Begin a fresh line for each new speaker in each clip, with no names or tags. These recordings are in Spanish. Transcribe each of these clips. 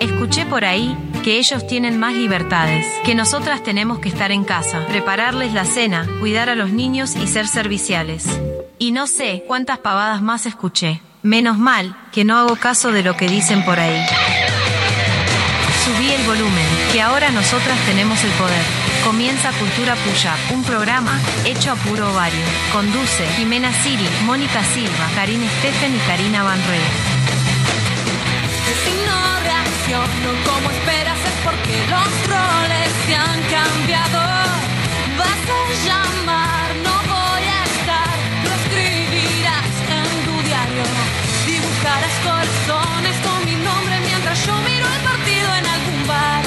Escuché por ahí que ellos tienen más libertades, que nosotras tenemos que estar en casa, prepararles la cena, cuidar a los niños y ser serviciales. Y no sé cuántas pavadas más escuché. Menos mal que no hago caso de lo que dicen por ahí. Subí el volumen, que ahora nosotras tenemos el poder. Comienza Cultura Puya, un programa hecho a puro ovario. Conduce Jimena Siri, Mónica Silva, Karina Steffen y Karina Van Rey.
Si no reacciono como esperas es porque los roles se han cambiado. Vas a llamar, no voy a estar. Lo escribirás en tu diario. Dibujarás corazones con mi nombre mientras yo miro el partido en algún bar.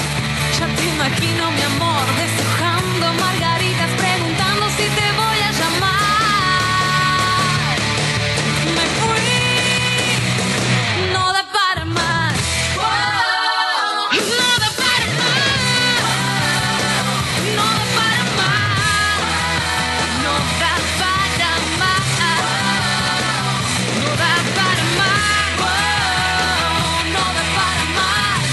Ya te imagino mi amor deshojando margaritas preguntando si te voy a llamar. Me fui. No da para más. No da para más. No da para más. No da para más. No da para más. No da para más.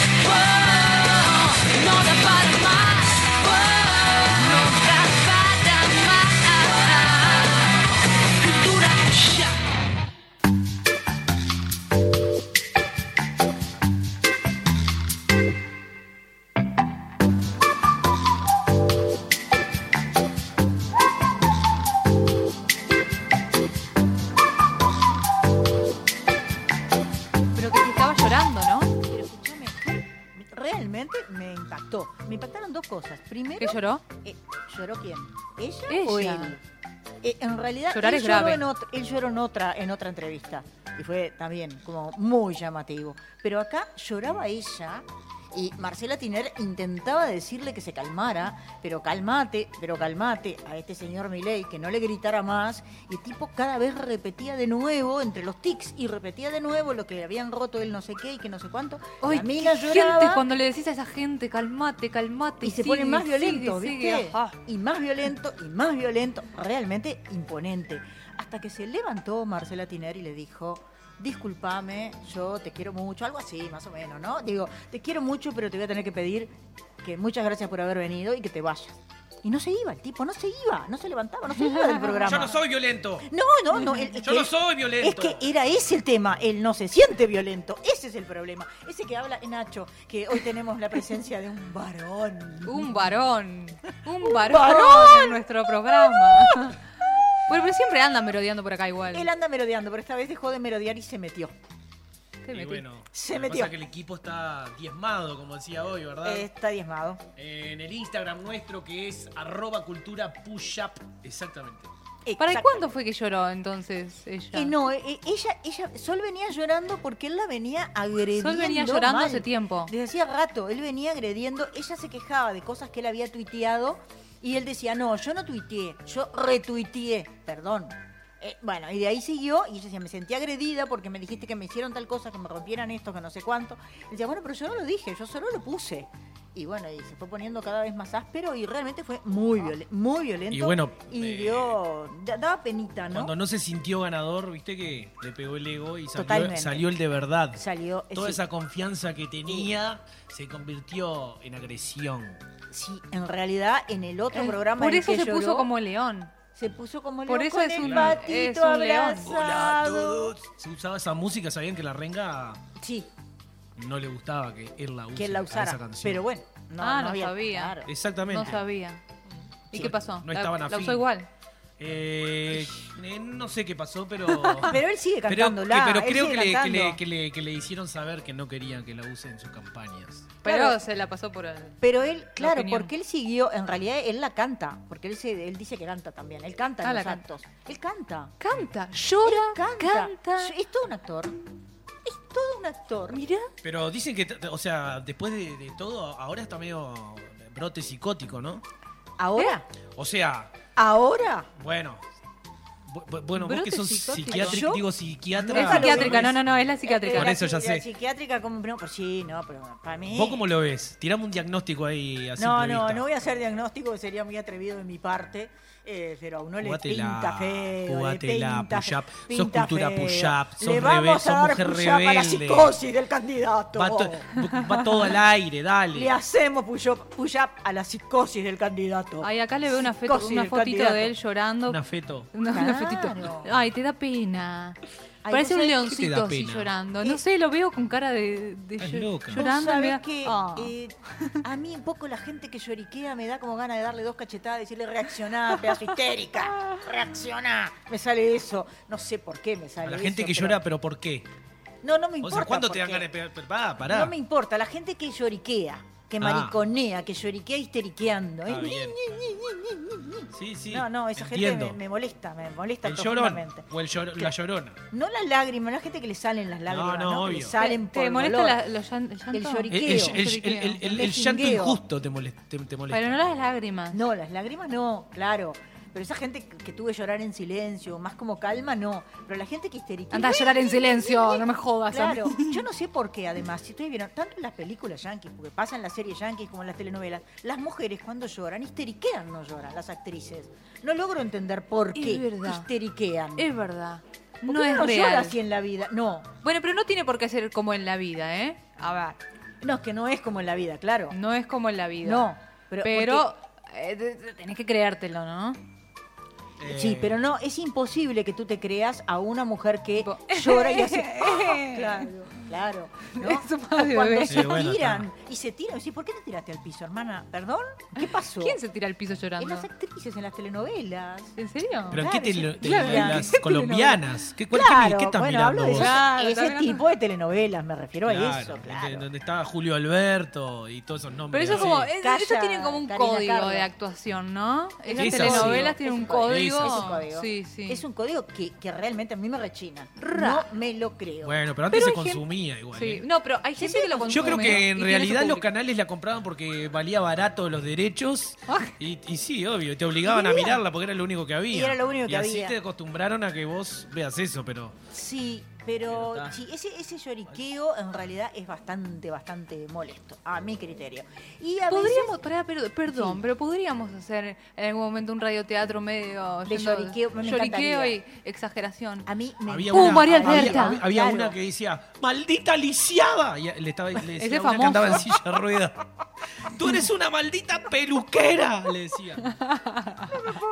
No da para más. No da para más. Cultura ya.
Pero que se estaba llorando, ¿no?
Pero escúchame, realmente me impactó. Me impactaron dos cosas.
¿Que
Primero,
lloró?
eh, ¿lloró quién? ¿Ella,
Ella.
o él? Eh, en realidad,
Llorar
él,
es
lloró
grave.
En otra, él lloró en otra, en otra entrevista. Y fue también como muy llamativo. Pero acá lloraba ella y Marcela Tiner intentaba decirle que se calmara, pero calmate, pero calmate a este señor Milei, que no le gritara más. Y el tipo cada vez repetía de nuevo entre los tics y repetía de nuevo lo que le habían roto él no sé qué y que no sé cuánto.
Ay,
la mina
qué
lloraba.
gente, cuando le decís a esa gente, calmate, calmate.
Y se
sigue,
pone más
sigue,
violento,
sigue,
¿viste?
ajá.
Y más violento, y más violento, realmente imponente. Hasta que se levantó Marcela Tiner y le dijo, discúlpame, yo te quiero mucho, algo así, más o menos, ¿no? Digo, te quiero mucho, pero te voy a tener que pedir que muchas gracias por haber venido y que te vayas. Y no se iba, el tipo no se iba, no se levantaba, no se iba del programa.
Yo no soy violento.
No, no, no. el- es
Yo
que
no
es-
soy violento.
Es que era ese el tema. Él no se siente violento. Ese es el problema. Ese que habla Nacho, que hoy tenemos la presencia de un varón.
Un varón. Un varón,
varón,
en nuestro programa. Bueno, pero siempre andan merodeando por acá igual.
Él anda merodeando, pero esta vez dejó de merodear y se metió.
Te
Y
metí.
bueno,
Se
lo que
metió.
pasa es que el equipo está diezmado, como decía hoy, ¿verdad?
Eh, está diezmado.
En el Instagram nuestro que es arroba cultura pushup. Exactamente.
¿Para
Exacto.
cuándo fue que lloró entonces ella?
Eh, no, eh, eh, ella, ella, Sol venía llorando porque él la venía agrediendo.
Sol venía llorando
mal.
hace tiempo.
Desde hacía rato, él venía agrediendo, ella se quejaba de cosas que él había tuiteado y él decía, no, yo no tuiteé, yo retuiteé, perdón. Eh, bueno, y de ahí siguió y ella decía, me sentí agredida porque me dijiste que me hicieron tal cosa, que me rompieran esto, que no sé cuánto. Él decía, bueno, pero yo no lo dije, yo solo lo puse. Y bueno, y se fue poniendo cada vez más áspero y realmente fue muy, violen- muy violento.
Y bueno,
y
eh,
dio, da- daba penita, ¿no?
Cuando no se sintió ganador, viste que le pegó el ego y salió,
Totalmente.
salió el de verdad.
Salió eh,
Toda
sí.
esa confianza que tenía se convirtió en agresión.
Sí, en realidad en el otro
Eh,
programa
por
en
eso
que
se
lloró,
puso como león.
se puso como
por
león
eso
con
es
el
un- es
patito
un león.
Hola a
abrazado.
todos. Se usaba esa música, sabían que la renga
Sí,
no le gustaba que él la, use,
que la
a
usara.
esa canción.
Pero bueno, no,
Ah, no
había-
sabía.
claro.
Exactamente.
No sabía. ¿Y
Sí,
qué pasó?
no
La-
estaban
la,
afín.
usó igual.
Eh, eh, no sé qué pasó, pero.
Pero él sigue
Pero, que-
cantándola.
pero
él
creo
sigue
que le, que
cantando.
le- que le- que le hicieron saber que no querían que la use en sus campañas.
Pero
Claro.
se la pasó por el...
Pero él, claro,
opinión.
porque él siguió, en realidad él la canta, porque él se, él dice que canta también, él canta en
Ah, la
los
canta.
actos. Él canta.
Canta,
Él
llora,
canta. Es todo un actor. Es todo un actor.
Mira,
Pero dicen que, t- o sea, después de, de todo, ahora está medio brote psicótico, ¿no?
Ahora,
O sea,
ahora.
bueno. bu- bu- Bueno, vos
Brote
que sos
psicótico.
psiquiátrico,
Yo-
digo psiquiatra.
es psiquiátrica, no, no, no, es la
Eh,
Por
psiquiátrica.
la
eso ya
psiqui- la
sé.
psiquiátrica como no, pues sí, no, pero para mí.
¿Vos cómo lo ves? Tirame un diagnóstico ahí así.
No, no, no voy a hacer diagnóstico, que sería muy atrevido de mi parte. eh, pero a uno le
Jugatela,
pinta feo.
jugatela,
le pinta,
push up. Sos
pinta
cultura
feo.
push up, sos
le vamos
rebel- sos
a dar
mujer
push up a la
rebelde.
psicosis del candidato.
Va, to- va todo al aire,
Le
dale.
hacemos push up, push up a la psicosis del candidato.
Ay, acá le veo una, feto-
Psicosis
una
del
fotito
candidato.
de él llorando.
Una feto.
Una, una fotito.
Claro.
Ay, te da pena.
Ay,
Parece
¿vos
un
sabés-
¿Qué te
leoncito
da
así
pena?
llorando. No
Eh,
sé, lo veo con cara de, de
Estás
llo-
loca. Vos
Vos
llorando.
sabés
me da-
que
Ah.
eh, a mí un poco la gente que lloriquea me da como ganas de darle dos cachetadas y decirle reaccioná, pedazo histérica, reaccioná. Me sale eso. No sé por qué me
A
sale
la gente
eso,
que
pero-
llora, pero ¿por qué?
No, no me
O
importa.
sea, ¿cuándo te dan
porque-
ganas de pegar? Pero pará, pará.
No me importa. La gente que lloriquea, que
Ah.
mariconea, que lloriquea histeriqueando.
Está
¿eh?
bien. Sí, sí.
No, no, esa
entiendo.
gente me, me molesta, me molesta
El llorón
profundamente.
o el llor- la llorona.
No las lágrimas, la gente que le salen las lágrimas,
no,
Que le
obvio.
salen
¿Te-
por
¿Te molesta
dolor.
la- los llan- el llanto?
El lloriqueo.
El, el- el- el-
lloriqueo.
el- el- el llanto
Mejingueo.
injusto te molesta. Te, te molesta.
Pero no las lágrimas.
No, las lágrimas no, claro. Pero esa gente que que tuve que llorar en silencio, más como calma, no. Pero la gente que histeriquea.
Anda a llorar en silencio, no me jodas. a mí.
Claro, yo no sé por qué, además, si ustedes vieron, tanto en las películas yanquis, porque pasan las series yanquis como en las telenovelas, las mujeres cuando lloran, histeriquean, no lloran, las actrices. No logro entender por
Es
qué
verdad.
histeriquean.
Es verdad.
¿Por
No
qué
es
uno llora
real.
así en la vida. No,
Bueno, pero no tiene por qué ser como en la vida, ¿eh? A
no, es que no es como en la vida, claro.
ver, no es como en la vida.
No, pero-
pero. Pero eh, te- te- tenés que creértelo, ¿no?
Eh,
Sí, pero no, es imposible que tú te creas a una mujer que
Tipo,
llora y hace. ¡oh! claro, claro. ¿no?
Eso pasa
O
de
cuando
bebé.
se
Sí, bueno,
tiran y se tiran, y decís, ¿por qué te tiraste al piso, hermana? ¿Perdón? ¿Qué pasó?
¿Quién se tira al piso
En
llorando?
las actrices, en las telenovelas.
¿En serio?
¿Pero en
Claro,
qué te,
sí,
lo- te-
claro.
las colombianas? ¿Qué, cuál- qué-
Claro,
¿Qué estás
bueno,
mirando
hablo de
vos?
esas-
Claro, estás
ese
mirando-
tipo de telenovelas, me refiero a
Claro,
eso,
donde-
claro.
Donde estaba Julio Alberto y todos esos nombres.
Pero eso es
así.
como, es-
Calla,
ellos tienen como un
Karina
código
Carla.
de actuación, ¿no? Esas
Esas
telenovelas
sí.
tienen
Es
un
un código,
código.
es
un código.
Sí, sí.
Es un código que, que realmente a mí me rechina.
Ra.
No me lo creo.
Bueno, pero antes
Pero
se
hay gente-
consumía igual.
Sí.
¿eh?
No, pero hay gente que lo consume.
Yo creo que
y
en
tiene
realidad
su
los
público.
canales la compraban porque valía barato los derechos. Y, y sí, obvio, te obligaban a mirarla porque era lo único que había.
Y era lo único que
así
había.
te acostumbraron a que vos veas eso, pero.
Sí,
Pero
pero
está.
sí, ese, ese lloriqueo en realidad es bastante, bastante molesto, a mi criterio. Y a
Podríamos,
veces
pará, pero- perdón, pero podríamos hacer en algún momento un radioteatro medio
De
yendo-
lloriqueo, me
lloriqueo y
encantaría.
exageración.
a mí me
Había
¡Uh,
una,
María
había-
Alberta!
Había, había
Claro.
una que decía, ¡maldita lisiada! Y le estaba le decía
Ese
una que
famoso.
andaba en silla de rueda. ¡Tú eres una maldita peluquera! Le decía.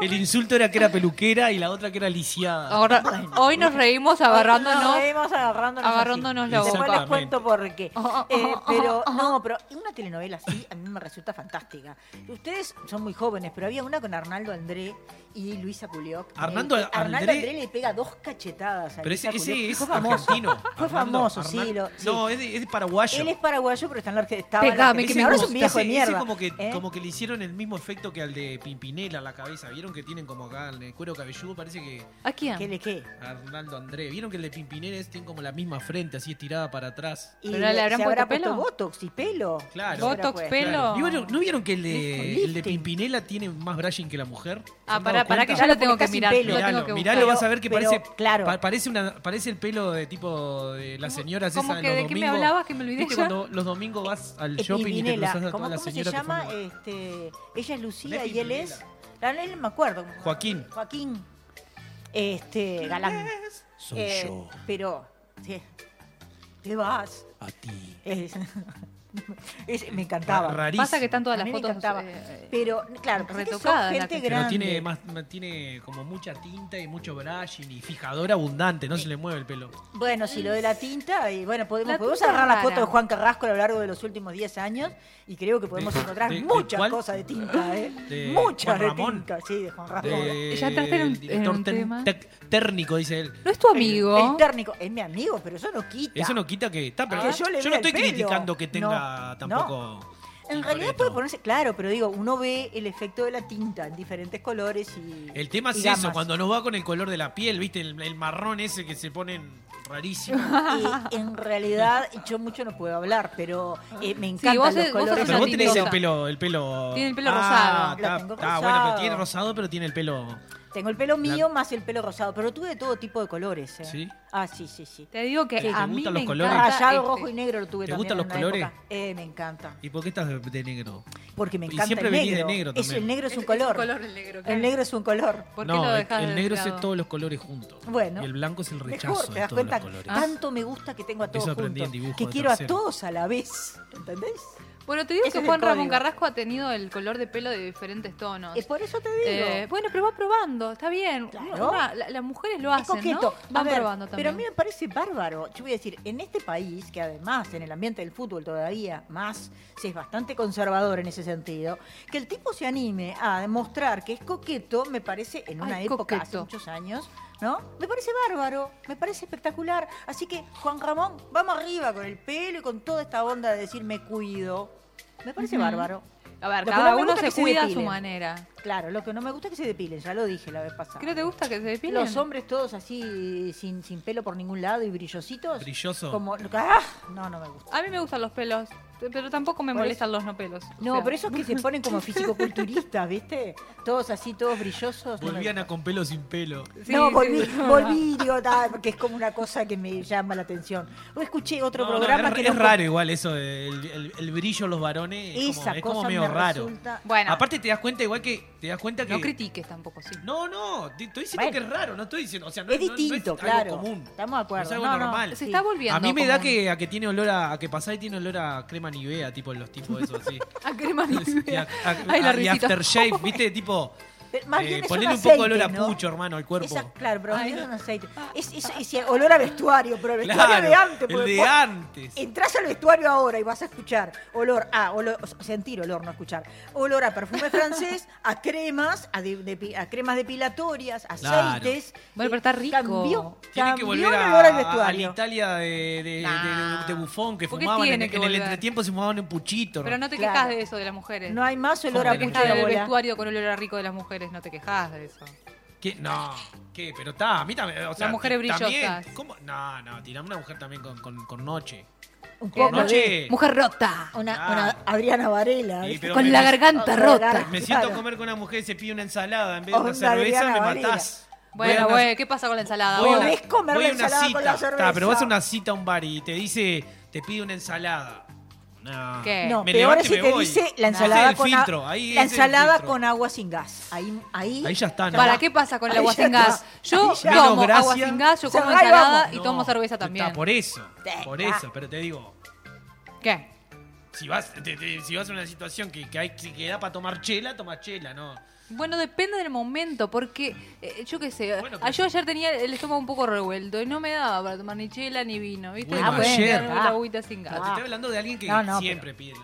El insulto era que era peluquera y la otra que era lisiada.
Ahora, hoy nos reímos agarrándonos.
Nos reímos agarrándonos,
agarrándonos
así.
la
Después
boca.
les cuento por qué.
Ajá,
Eh,
ajá,
pero no, pero una telenovela así a mí me resulta fantástica. Ustedes son muy jóvenes, pero había una con Arnaldo André y Luisa Culioc.
Arnaldo
Eh, Arnaldo
André-
André le pega dos cachetadas a
Pero ese,
Luisa Culioc.
ese es
Fue famoso.
argentino.
Fue
Arnaldo-
famoso,
Arnaldo-
sí, lo- sí.
No, es, de- es de paraguayo.
Él es paraguayo, pero está en la Argentina.
Pegame, que me
Ahora es un
gusta.
viejo de
Ese- ese
mierda.
como, que,
¿eh?
como que le hicieron el mismo efecto que al de Pimpinela a la cabeza. ¿Vieron que tienen como acá en el cuero cabelludo? Parece que
¿A quién?
¿Qué le qué?
a Arnaldo André. ¿Vieron que el de Pimpinela es, tiene como la misma frente, así estirada para atrás?
¿Y
¿Pero le habrán
se
puesto
habrá puesto
pelo?
botox y pelo?
Claro.
Se habrá
Botox,
puesto.
pelo.
Claro. ¿Y bueno, ¿No vieron que el de,
Lifting.
el de Pimpinela tiene más brushing que la mujer? ¿Se
Ah,
han
pará,
dado
pará, que
cuenta?
ya lo
Claro,
tengo
porque
que
está sin
mirar.
pelo.
lo tengo
Miralo,
que
miralo,
buscar.
vas a ver que
Pero-
parece,
claro.
pa- parece, una, parece el pelo de tipo de las señoras
como
esas
que
los
de qué me
domingos.
hablabas que me olvidé
¿Viste
ya?
cuando los domingos vas al
Eh,
shopping y te
Pimpinela.
cruzas a
¿Cómo,
todas las
cómo
señoras?
se
que fuman?
llama? Este, ella es Lucía
No es
y él es... La, él me acuerdo.
Joaquín.
Joaquín. Este, galán.
Soy
Eh,
yo,
Pero, sí. ¿Qué vas?
a ti.
Es- es- me encantaba.
Rarísimo.
Pasa que están todas
A
las
mí me
fotos.
encantaba.
eh,
pero, claro, pero es que son
retocadas las
gente
que-
Pero
grande.
tiene, más, más- tiene como mucha tinta y mucho brushing y fijador abundante, no se le mueve el pelo.
Bueno, si lo de la tinta, y bueno, podemos,
La
podemos
tinta
agarrar la
es
foto de
rara.
Juan Carrasco a lo largo de los últimos 10 años y creo que podemos
De-
encontrar
de- de
muchas
cuál?
cosas de tinta, ¿eh?
De
muchas
Juan
de
Ramón.
tinta, sí, de Juan Ramón.
De-
Eh, Ya entraste en un-
el director
en un
ten-
tema.
tec- térnico, dice él.
No es tu amigo.
El térnico, es mi amigo, pero eso no quita.
Eso no quita que está, pero
Que
yo,
yo le
no
vea
estoy
el pelo.
criticando que tenga
No,
tampoco.
En
el
realidad
coreto.
puede ponerse, claro, pero digo, uno ve el efecto de la tinta en diferentes colores y.
El tema es
y
eso,
gamas.
cuando no va con el color de la piel, ¿viste? El, el marrón ese que se ponen rarísimo.
Y en realidad, yo mucho no puedo hablar, pero eh, me
Sí, vos
encantan los
sos- vos sos
colores.
Pero vos tenés el
tintosa.
pelo, el pelo.
Tiene el pelo
Ah,
rosado.
Lo
Está,
tengo
está, bueno, pero
rosado.
tiene rosado, pero tiene el pelo.
Tengo el pelo
La-
mío más el pelo rosado, pero tuve de todo tipo de colores. ¿eh?
¿Sí?
Ah, sí, sí, sí.
Te digo que
¿Te
a mí
gustan
me
los colores?
encanta
Rayado,
este.
rojo y negro lo tuve
¿Te
también
gustan
en
los
una
colores?
época. Eh, me encanta.
¿Y por qué estás de, de negro?
porque me
Y
encanta
siempre
el
venís de
negro.
negro
Es-
también.
el negro es un color.
el negro.
El negro es un color.
¿Por qué
no,
lo
el-
dejas
el negro
desvelado?
es todos los colores juntos.
Bueno.
Y el blanco es el rechazo
Mejor, te
de
das
todos
cuenta.
los
Ah.
colores.
Tanto me gusta que tengo a todos
Eso aprendí en
juntos,
dibujo
que
de
quiero a
tercero.
todos a la vez, ¿entendés?
Bueno, te digo
Ese
que
es el
Juan Ramón
código.
Carrasco ha tenido el color de pelo de diferentes tonos.
Es por eso te digo.
Eh, bueno, pero va probando, está bien.
Claro.
Una- la- las mujeres lo
es
hacen,
coqueto.
¿no? Van
A ver,
probando también.
Pero a mí me parece bárbaro. Yo voy a decir, en este país, que además en el ambiente del fútbol todavía más, se es bastante conservador en ese sentido, que el tipo se anime a demostrar que es coqueto, me parece, en una
Ay,
época hace
coqueto.
muchos años, ¿no? Me parece bárbaro, me parece espectacular. Así que, Juan Ramón, vamos arriba con el pelo y con toda esta onda de decir me cuido. Me parece
Ujú.
bárbaro.
A ver,
Lo que
cada
no me
uno
gusta
se
es que se
cuida a su
depilen.
manera.
Claro, lo que no me gusta es que se depilen, ya lo dije la vez pasada.
¿Qué no te gusta que se depilen?
Los hombres todos así, sin, sin pelo por ningún lado y brillositos.
Brilloso.
Como, ¡Ah! No, no me gusta.
A mí me gustan los pelos, pero tampoco me
Por
molestan los no pelos. O
No,
sea,
pero esos que se ponen como fisicoculturistas, ¿viste? Todos así, todos brillosos. no me
Volvían a con pelo sin pelo.
sí,
no,
sí,
volví,
sí.
volví, digo, ah, porque es como una cosa que me llama la atención. O escuché otro
No, no,
programa
es,
que
es
no-
raro igual eso, de- el, el- el brillo en los varones es
Esa
como, es como
cosa
medio
me
raro.
resulta-
Bueno,
Aparte te das cuenta igual que te das cuenta que
no critiques tampoco, sí.
No, no, te- estoy diciendo
Bueno.
que es raro, no estoy diciendo, o sea, no
Es
no- no
distinto,
algo
claro.
común.
Estamos de acuerdo.
No es algo
No, no.
normal.
Se
sí.
está volviendo.
A mí me da
como-
que a que tiene olor a, a que pasar y tiene olor a crema nivea, tipo los tipos esos así.
A crema
y a-
nivea.
a-
Ay, la
a- y
risita.
aftershave, ¿viste? Tipo
Pero Más
eh,
bien es
ponele un,
un
poco de
aceite,
olor a
¿no?
pucho, hermano, al cuerpo.
Esa- claro, pero es un aceite. Es, es- ese olor a vestuario, pero el vestuario
Claro,
de antes.
el
porque
de
vos
antes.
Entrás al vestuario ahora y vas a escuchar olor a, olor, o sea, sentir olor, no escuchar, olor a perfume francés, a cremas, a, de- de- a cremas depilatorias,
Claro.
aceites.
Bueno, pero
Eh,
está rico.
Cambió,
Tiene que
cambió
volver
el olor al
a, a la
vestuario.
Italia de, de,
Nah.
de- de bufón que
¿Por qué
fumaban. En,
tiene
en
que
el
volver?
entretiempo se fumaban en puchito.
Pero no te
Claro.
quejas de eso de las mujeres.
No hay más olor a
Porque
que
pucho
está
de
en el
bola.
vestuario con olor a rico de las mujeres, no te quejas de eso.
¿Qué? No, ¿qué? Pero está, a mí también. O sea,
mujeres
ti- también,
brillosas.
¿cómo? No, no, tirame una mujer también con, con, con noche.
Un
Con
poco
Eh, noche.
de-
Mujer rota.
Una,
Claro.
una Adriana Varela.
Sí,
¿viste?
pero
Con
me-
la garganta
Otra
rota.
garganta.
Me siento
Claro.
a comer con una mujer y se pide una ensalada en vez de una
Onda,
cerveza,
Adriana
me
Varela.
matás.
Bueno,
Voy a una-
güey, ¿qué pasa con la ensalada?
voy a
Vos?
una-
Podés comer
voy
la
a una
ensalada
cita.
con la
Está,
cerveza.
pero vas a una cita a un bar y te dice, te pide una ensalada. No.
¿Qué?
No,
Me
peor
levanto
es
y
si
me
te
voy.
dice la
Ese es
ensalada,
el
con, a-
filtro, ahí
la
es el
ensalada
filtro.
con agua sin gas. Ahí, ahí,
Ahí ya está, ¿no?
¿Para qué pasa con el agua
Ahí ya
sin gas?
está.
Yo
Ahí ya
está.
tomo
Menos
agua
gracia.
sin gas, yo como
Cerrá y
ensalada
vamos.
y
No,
tomo cerveza
está,
también.
Ah, por eso,
Sí, Ah.
por
está.
eso, pero te digo,
¿Qué?
si vas, te- te- si vas a una situación que, que, hay, que da para tomar chela, toma chela, ¿no?
Bueno, depende del momento, porque eh, yo qué sé,
Bueno,
ah,
pero-
yo ayer tenía el estómago un poco revuelto y no me daba para tomar ni chela ni vino, ¿viste?
Bueno,
Y me
ayer.
quedaron
Ah.
la agüita sin gas.
Te estoy hablando de alguien que
No, no,
siempre pide.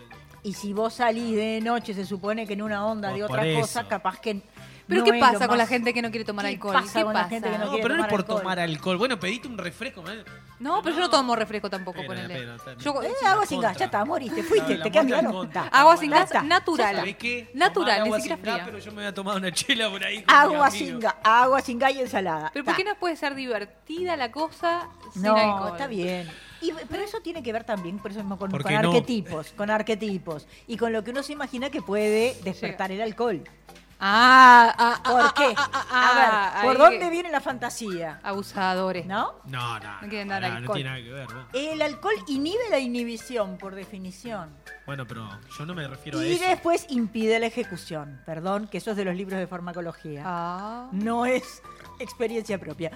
Y si vos salís de noche, se supone que en una onda
Por-
de
por
otra
eso.
cosa, capaz que.
Pero
no
¿qué
es
pasa
lo
con la
más-
gente que no quiere tomar
¿Qué
alcohol?
pasa
¿Qué
con la
pasa?
gente que no
No,
quiere
pero no es
tomar
por
alcohol.
tomar alcohol. Bueno, pedite un refresco. ¿eh? ¿no?
No, pero yo no tomo refresco tampoco,
Pero,
ponele.
pero, también.
Yo-
Eh,
Es una
agua sin gas,
contra.
ya está, moriste, fuiste,
La
te quedas
muestra en
mirando.
contra.
Ta,
Agua sin
ya
gas,
está.
natural.
¿Sabés qué?
Natural,
Tomar agua
ni siquiera
sin gas,
fría.
pero yo me voy a tomar una chela por ahí. con
Agua
mi
sin
amigo.
gas, agua sin gas y ensalada.
Pero ¿por
Ta.
qué no puede ser divertida la cosa sin
No,
alcohol?
está bien. Y- pero eso tiene que ver también, por eso mismo, con,
¿Por
con
qué no?
arquetipos, con arquetipos. Y con lo que uno se imagina que puede despertar el alcohol.
Ah, ah, ah,
¿Por
ah,
qué?
ah, ah, ah,
a ver, ¿por
ahí
dónde
que-
viene la fantasía?
Abusadores.
¿No?
No, no.
No quieren
no,
dar
no, no
alcohol.
tiene nada que ver. ¿no?
El alcohol inhibe la inhibición, por definición.
Bueno, pero yo no me refiero a
Y
eso.
después impide la ejecución. Perdón, que eso es de los libros de farmacología.
Ah.
No es experiencia propia.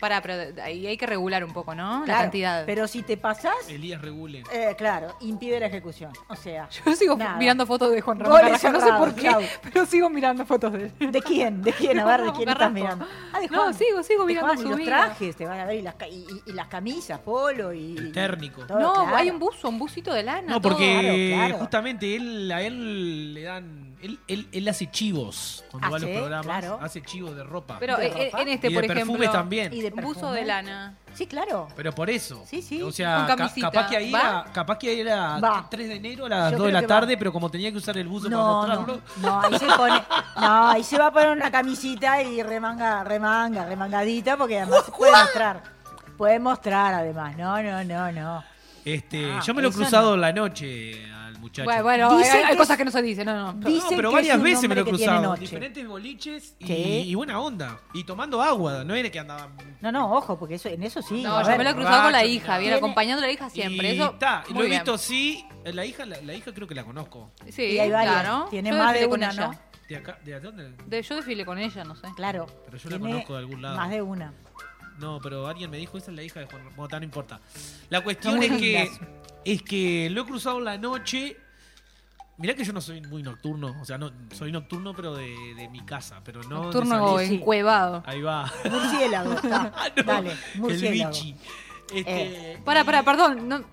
Pará, pero ahí hay que regular un poco, ¿no? Ah, la
Claro,
cantidad.
Pero si te pasas,
Elías regule.
eh, claro, impide la ejecución. O sea,
Yo sigo
nada.
mirando fotos de Juan Ramón
Goles
Carrasco, no sé
cerrados,
por qué,
chau.
pero sigo mirando fotos de él.
¿De quién? ¿De quién? A
No,
ver, ¿de
no,
quién
Carrasco.
estás mirando? Ah, de
No, sigo- sigo
De
mirando
Juan,
su
y los
vida.
trajes, te van a ver, y las, ca- y- y- y las camisas, polo y...
El térmico.
todo,
no,
claro.
hay un buzo, un busito de lana.
No,
todo.
porque
Claro, claro.
justamente él, a él le dan. Él, él, él hace chivos cuando va a los
Hace,
programas.
Ah, claro.
Hace chivos de ropa.
Pero
¿De
eh,
ropa?
en este,
y de
por
perfumes
ejemplo,
también.
Y de
un buzo
perfume.
de lana.
Sí, claro.
Pero por eso.
Sí, sí.
O sea,
Con
ca-
camisita.
capaz que ahí
¿Va?
era, capaz que ahí era
Va.
3 de enero a las
Yo
2 de
creo
la
que va.
tarde, pero como tenía que usar el buzo
No,
para
no,
mostrarlo.
no, ahí se pone, no, ahí se va a poner una camisita y remanga, remanga, remangadita, porque además puede mostrar, puede mostrar además, no, no, no, no.
Este,
Ah,
yo me lo he
eso
cruzado
no.
en la noche al muchacho.
Bueno, bueno, hay,
Dicen
hay
que
cosas
es-
que no se dicen, no, no.
No,
Dicen
pero
que
varias
es un
veces me lo he
hombre que tiene
cruzado.
noche.
Diferentes boliches y,
Sí.
y buena onda. Y tomando agua, no era que andaban.
No, no, ojo, porque eso, en eso sí.
No,
a
yo
ver.
me lo he cruzado con la
borracho,
hija, bien,
tiene-
acompañando a la hija siempre.
Y
Eso.
ta, y lo
muy
he
bien.
visto, sí. La hija, la, la hija creo que la conozco.
Sí,
Y hay varias.
claro.
Tiene
Yo
más
desfilé
de
con
una,
ella.
¿no?
¿De acá? ¿De dónde?
De- yo desfilé con ella, no sé.
Claro.
Pero yo la
tiene
conozco de algún lado.
Más de una.
No, pero alguien me dijo, esa es la hija de Juan Ramón. Bueno, ta, no importa. La cuestión
muy
es que,
lindas.
es que lo he cruzado en la noche. Mirá que yo no soy muy nocturno. O sea, no, soy nocturno, pero de, de mi casa. Pero no de
Turno
salir.
sí.
encuevado.
Ahí va.
Murciélago. está.
Ah, no,
Dale,
el
murciélago.
bichi. Este,
Para,
y-
para, Eh, perdón. no-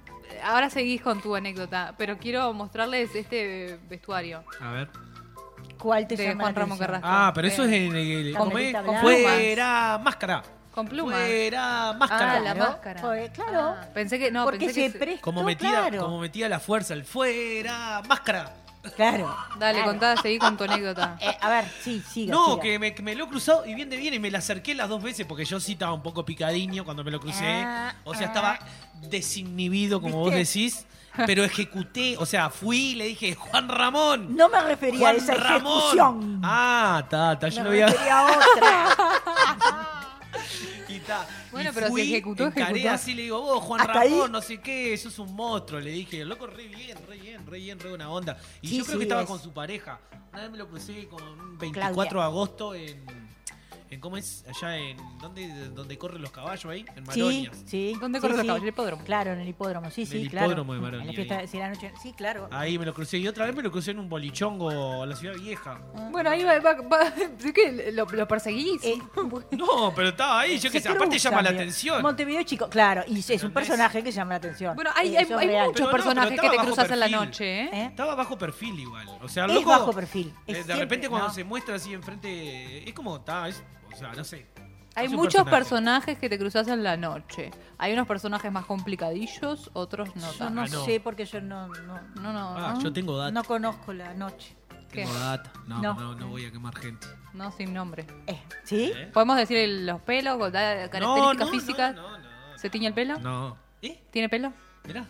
ahora seguís con tu anécdota, pero quiero mostrarles este vestuario.
A ver.
¿Cuál te
De
llama
Juan
la
Ramón
atención?
Carrasco.
Ah, pero eso es
Eh,
en el.
con
¿cómo es?
Benita Blanco.
Fuera máscara.
Con plumas.
Fuera
Ah,
máscara.
la
Claro,
máscara.
pues, claro.
Ah, pensé que no,
porque
pensé
se
que
prestó,
Como metía,
claro.
como metía la fuerza, el fuera máscara.
Claro.
Dale,
claro.
contá, seguí con tu anécdota.
Eh, a ver, sí, siga.
No,
siga.
que me, que me lo he cruzado y bien de bien y me la acerqué las dos veces porque yo sí estaba un poco picadiño cuando me lo crucé.
Ah,
o sea,
ah.
estaba desinhibido, como vos
¿Viste?
decís. Pero ejecuté, o sea, fui y le dije, Juan Ramón.
No me refería
Juan
a esa
Ramón.
ejecución.
Ah, ta, ta, yo
me
no había.
refería a otra.
Y ta,
Bueno,
y
pero si
fui,
ejecutó,
encaré
ejecutó.
así le digo, vos, Juan
Hasta
Ramón,
ahí.
no sé qué, sos un monstruo. Le dije, loco, re bien, re bien, re bien, re buena onda. Y
Sí,
yo creo
sí,
que estaba
es.
con su pareja. Una vez me lo crucé Pues con un 24 de agosto en, en. ¿Cómo es? Allá en. ¿Dónde, donde corren los caballos ahí? En
Sí,
Malonias.
sí.
¿Dónde
sí,
corre los
sí.
caballos? El hipódromo.
Claro, en el hipódromo, sí,
En
sí,
el
claro.
hipódromo de Ah.
En
Maronia,
la fiesta
ahí.
de sí, la noche. Sí, claro.
Ahí me lo crucé. Y otra vez me lo crucé en un bolichongo a la ciudad vieja.
Bueno, ahí va, va- va- es que lo, lo perseguís.
Eh,
No, pero estaba ahí, yo qué
se
sé, aparte
cruzan,
llama la
mira.
atención.
Montevideo chico, claro, y es un
¿Entendés?
personaje que llama la atención.
bueno, hay,
Sí,
hay,
eso es
hay
real.
muchos
Pero no,
personajes
pero
que te
estaba
cruzas
bajo
en la
perfil.
noche, ¿eh?
¿Eh?
Estaba bajo perfil igual. O sea,
Es
loco.
bajo perfil,
eh,
es
de
siempre,
repente cuando
¿no?
se muestra así enfrente, es como está, es, o sea, no sé.
Hay
Es un
muchos
personaje.
personajes que te cruzas en la noche. Hay unos personajes más complicadillos, otros no
Yo
tanto.
no,
Ah, no.
sé porque yo no, no,
No, no,
Ah,
no.
yo tengo data.
no conozco la noche.
¿Qué?
Tengo data. No,
No.
no, no, voy a quemar gente.
No, sin nombre.
Eh, ¿Sí?
¿Eh?
¿Podemos decir el- los pelos, o da- características
no, no,
físicas?
No, no,
¿Se tiñe el pelo?
no. No. ¿Eh?
¿Tiene pelo?
Mirá.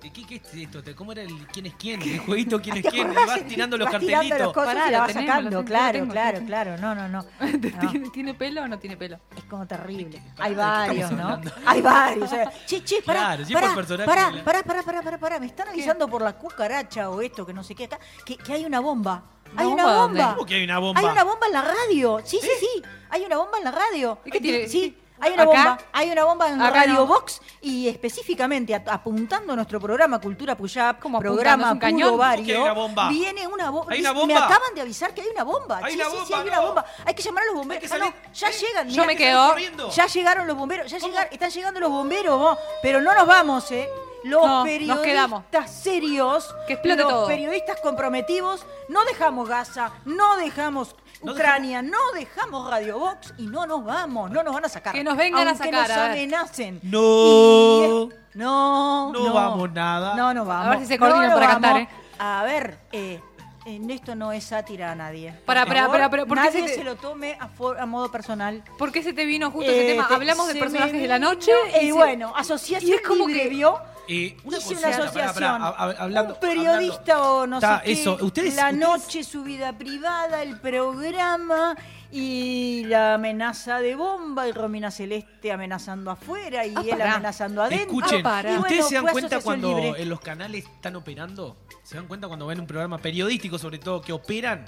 ¿De ¿Qué, qué es esto? ¿Te- ¿Cómo era el quién es quién? El jueguito quién es
¿Te
quién. Y
acordás?
vas tirando los
Vas
cartelitos.
tirando los cosas
Pará,
y
lo
la vas
tenemos, lo
sacando,
tengo, lo
claro,
tengo,
claro,
lo
claro. No, no, no. No,
¿Tiene, tiene pelo o no tiene pelo?
Es como terrible.
pará,
Hay
¿de qué estamos
varios, ¿no?
hablando?
Hay varios. o sea, Che, che, pará,
Claro, siempre
pará,
el personaje
pará,
de la-
pará, pará, pará, pará, pará. Me están avisando por la cucaracha o esto, que no sé qué acá, que, que hay una bomba.
¿Una
Hay una
bomba dónde?
bomba.
¿Cómo que hay una bomba? ¿Eh?
Hay una bomba en la radio. Sí, sí, sí. Hay una bomba en la radio.
¿Y qué tiene?
Sí. Hay una
¿Acá? Ah,
bomba, hay una bomba en
Acá
Radio
no.
Box y específicamente a- apuntando nuestro programa Cultura Puyap,
¿Cómo apuntando?
programa
¿Es un
Puro
cañón?
Ovario,
¿Cómo que hay una bomba?
viene una bomba.
¿Hay una
Me
bomba?
acaban de avisar que hay una bomba.
Hay
sí, sí,
una
sí,
bomba,
hay una
no.
bomba. Hay que llamar a los bomberos.
que
Ah, no,
salir.
ya
Eh,
llegan.
yo
mirá
me
que salen
quedo.
corriendo. Ya llegaron los bomberos, ya llegar, están llegando los bomberos, vos. pero no nos vamos, ¿eh? Los
No, nos quedamos.
periodistas serios,
Que explote
los
todo.
periodistas comprometidos, no dejamos Gaza, no dejamos
No
Ucrania, no dejamos Radio Box y no nos vamos, no nos van a sacar.
Que nos vengan a
Aunque
sacar,
nos
a ver.
amenacen.
No.
Y- No,
No vamos nada.
No, no vamos.
A ver si se coordinan
No, no
para cantar,
vamos.
¿eh?
A ver, eh, en esto no es sátira a nadie.
Pará,
Por
pará,
favor,
pará, pará, ¿por qué
nadie
se
se,
te-
lo tome a, for- a modo personal.
¿Por qué se te vino justo
Eh,
ese tema?
te-
Hablamos de
se
personajes
me
de la
vino,
noche.
Y,
se-
bueno, asociación
y es como
libre,
que-
vio.
Eh, una
Hice
consulta,
una
pará,
asociación.
pará, hab- hab- hablando-
un periodista
hablando-
o no
Ta,
sé qué.
eso, ustedes-
la
ustedes-
noche, su vida privada, el programa y la amenaza de bomba y Romina Celeste amenazando afuera y
Ah,
él
pará.
amenazando adentro.
Escuchen,
Ah, para.
Y
¿ustedes
bueno,
se dan
fue
cuenta
asociación
cuando
libre.
en los canales están operando? ¿Se dan cuenta cuando ven un programa periodístico, sobre todo, que operan?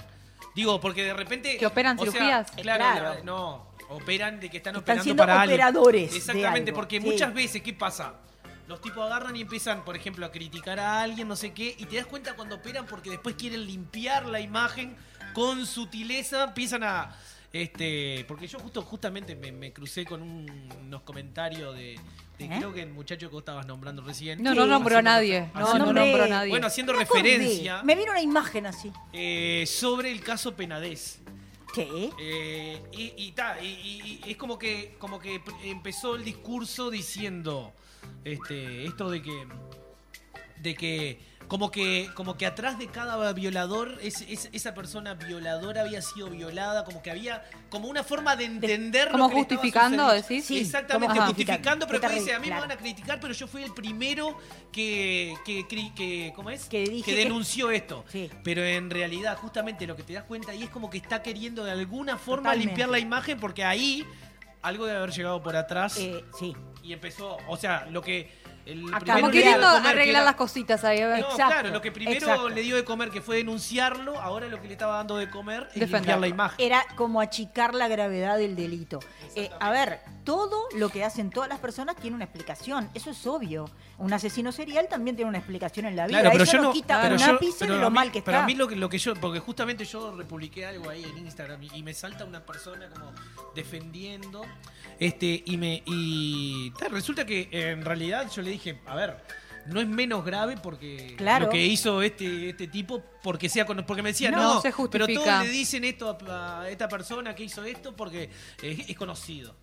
Digo, porque de repente.
¿Que operan
o sea,
cirugías?
claro,
Claro.
no. Operan de que están,
Están
operando
siendo
para algo.
operadores de
Exactamente,
algo,
porque
sí.
muchas veces, ¿qué pasa? Los tipos agarran y empiezan, por ejemplo, a criticar a alguien, no sé qué, y te das cuenta cuando operan porque después quieren limpiar la imagen con sutileza, empiezan a. Este, porque yo justo justamente me, me crucé con un- unos comentarios de, de
¿Eh?
creo que el muchacho que vos estabas nombrando recién.
No, no
Sí.
nombró a
Haciendo-
nadie. No,
haciendo-
no
nombré.
nombró a nadie.
Bueno, haciendo
Me acordé,
referencia
Me vino una imagen así.
eh, sobre el caso Penadez.
¿Qué?
Eh, y, y ta, y- y- y es como que, como que pr- empezó el discurso diciendo este, esto de que, de que Como que, como que atrás de cada violador, es- es- esa persona violadora había sido violada, como que había como una forma de entender. lo
como
que le estaba
justificando,
sucediendo.
decís.
Sí,
Exactamente,
como
justificando,
justificando.
pero
Qué
después dice, a
terrible,
mí
claro.
me van a criticar, pero yo fui el primero que, que, cri- que- ¿cómo es?
Que dije que-
denunció esto.
Sí.
Pero en realidad, justamente lo que te das cuenta y es como que está queriendo de alguna forma
Totalmente.
limpiar la imagen porque ahí algo debe haber llegado por atrás
Eh, sí.
y empezó, o sea, lo que el
Acá.
primero
Como
le dio de
queriendo
comer, que
arreglar
era-
las cositas ahí. a ver.
no,
Exacto,
claro, lo que primero
exacto.
le dio de comer que fue denunciarlo, ahora lo que le estaba dando de comer es limpiar
Defenderlo.
la imagen.
Era como achicar la gravedad del delito. Eh, a ver, todo lo que hacen todas las personas tiene una explicación, eso es obvio. Un asesino serial también tiene una explicación en la vida. eso nos quita
pero
un
yo-
ápice
pero
de
a
lo
mí-
mal que
Pero
está.
a mí lo que, lo que yo, porque justamente yo republiqué algo ahí en Instagram y, y me salta una persona como defendiendo, este, y me, y ta, resulta que eh, en realidad yo le dije, a ver, no es menos grave porque
Claro.
lo que hizo este, este tipo porque sea con- porque me decía
No,
no,
se justifica.
pero todos le dicen esto a, a esta persona que hizo esto porque eh, es conocido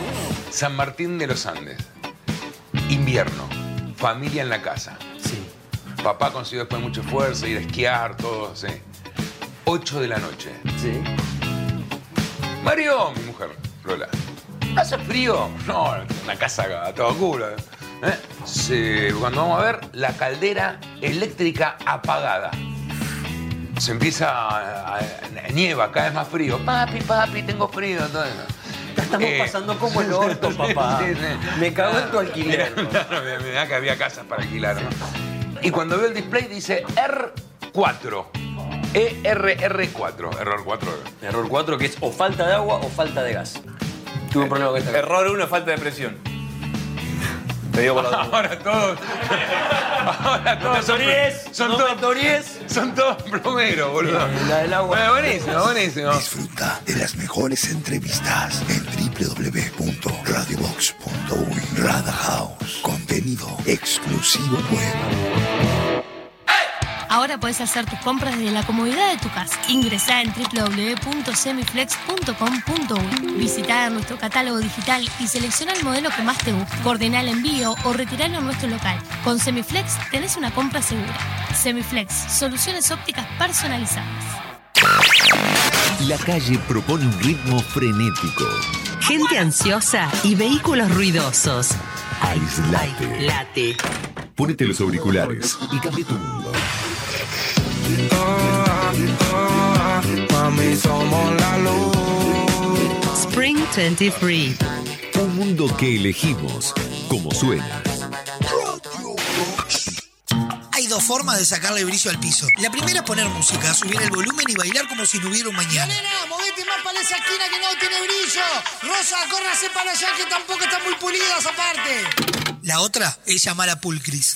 San Martín de los Andes. Invierno. Familia en la casa. Sí. Papá consiguió después mucho esfuerzo ir a esquiar, todo, sí. 8 de la noche.
Sí.
Mario, mi mujer, Lola. ¿Hace frío? No, una casa a todo culo. ¿eh? Se- cuando vamos a ver, la caldera eléctrica apagada. Se empieza a, a- a- nieva, cada vez más frío. Papi, papi, tengo frío. todo eso.
La estamos
Eh,
pasando como el orto, papá.
Sí, sí.
Me cago en tu
Mira,
alquiler.
claro, mira, mira que había casas para alquilar, ¿no? Y cuando veo el display dice R4.
E
ERR4. Error 4.
Error 4 que es o falta de agua o falta de gas. Tuve un problema con esta.
Error 1, falta de presión. Te digo por la duda.
Ahora todos. Ahora todos. son- Son todos. Son todos plomeros, boludo.
La del agua.
Bueno, buenísimo, buenísimo.
Disfruta de las mejores entrevistas en www.radiobox.uy. Rada House. Contenido exclusivo web.
Ahora puedes hacer tus compras desde la comodidad de tu casa. Ingresá en www.semiflex.com.uy. Visitá e. nuestro catálogo digital y selecciona el modelo que más te guste. Coordina el envío o retiralo a nuestro local. Con Semiflex tenés una compra segura. Semiflex, soluciones ópticas personalizadas.
La calle propone un ritmo frenético.
Gente ansiosa y vehículos ruidosos.
Aislate.
Late.
Ponete los auriculares y cambia tu mundo.
Spring 23.
Un mundo que elegimos como suena.
Hay dos formas de sacarle brillo al piso. La primera es poner música, subir el volumen y bailar como si no hubiera un mañana.
Nena, movete más para esa esquina que no tiene brillo. Rosa, córrase para allá que tampoco están muy pulidas aparte.
La otra es llamar a Pulcris.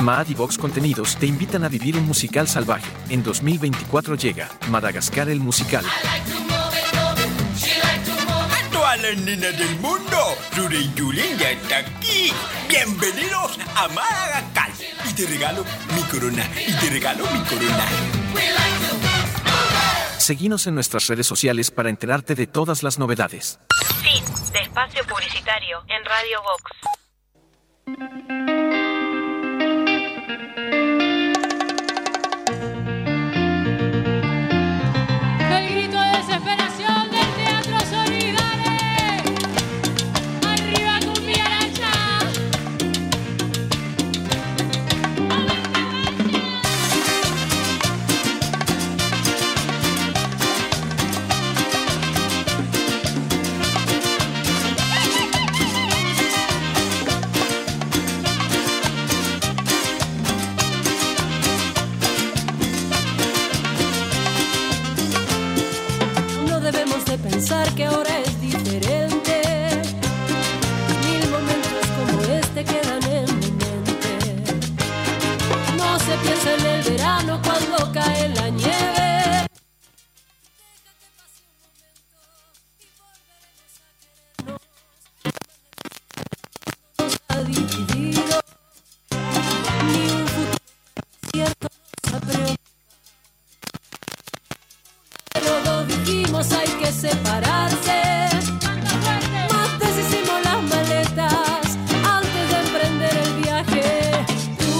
Mad y Vox Contenidos te invitan a vivir un musical salvaje. En 2024 llega Madagascar el musical.
¡A todas las nenas del mundo! Yuri Yulín ya está aquí. Bienvenidos a Madagascar. Y te regalo mi corona. Y te regalo mi corona.
Seguinos en nuestras redes sociales para enterarte de todas las novedades.
Fin de espacio publicitario en Radio Vox.
El grito de desesperación del teatro Solidares. Arriba cumbia ancha.
que ahora es diferente. Mil momentos como este quedan en mi mente. No se piensa en el verano cuando cae la nieve. dividido ni un futuro cierto nos ha preocupado. Pero lo dijimos hay que separarse más deshicimos las maletas antes de emprender el viaje tú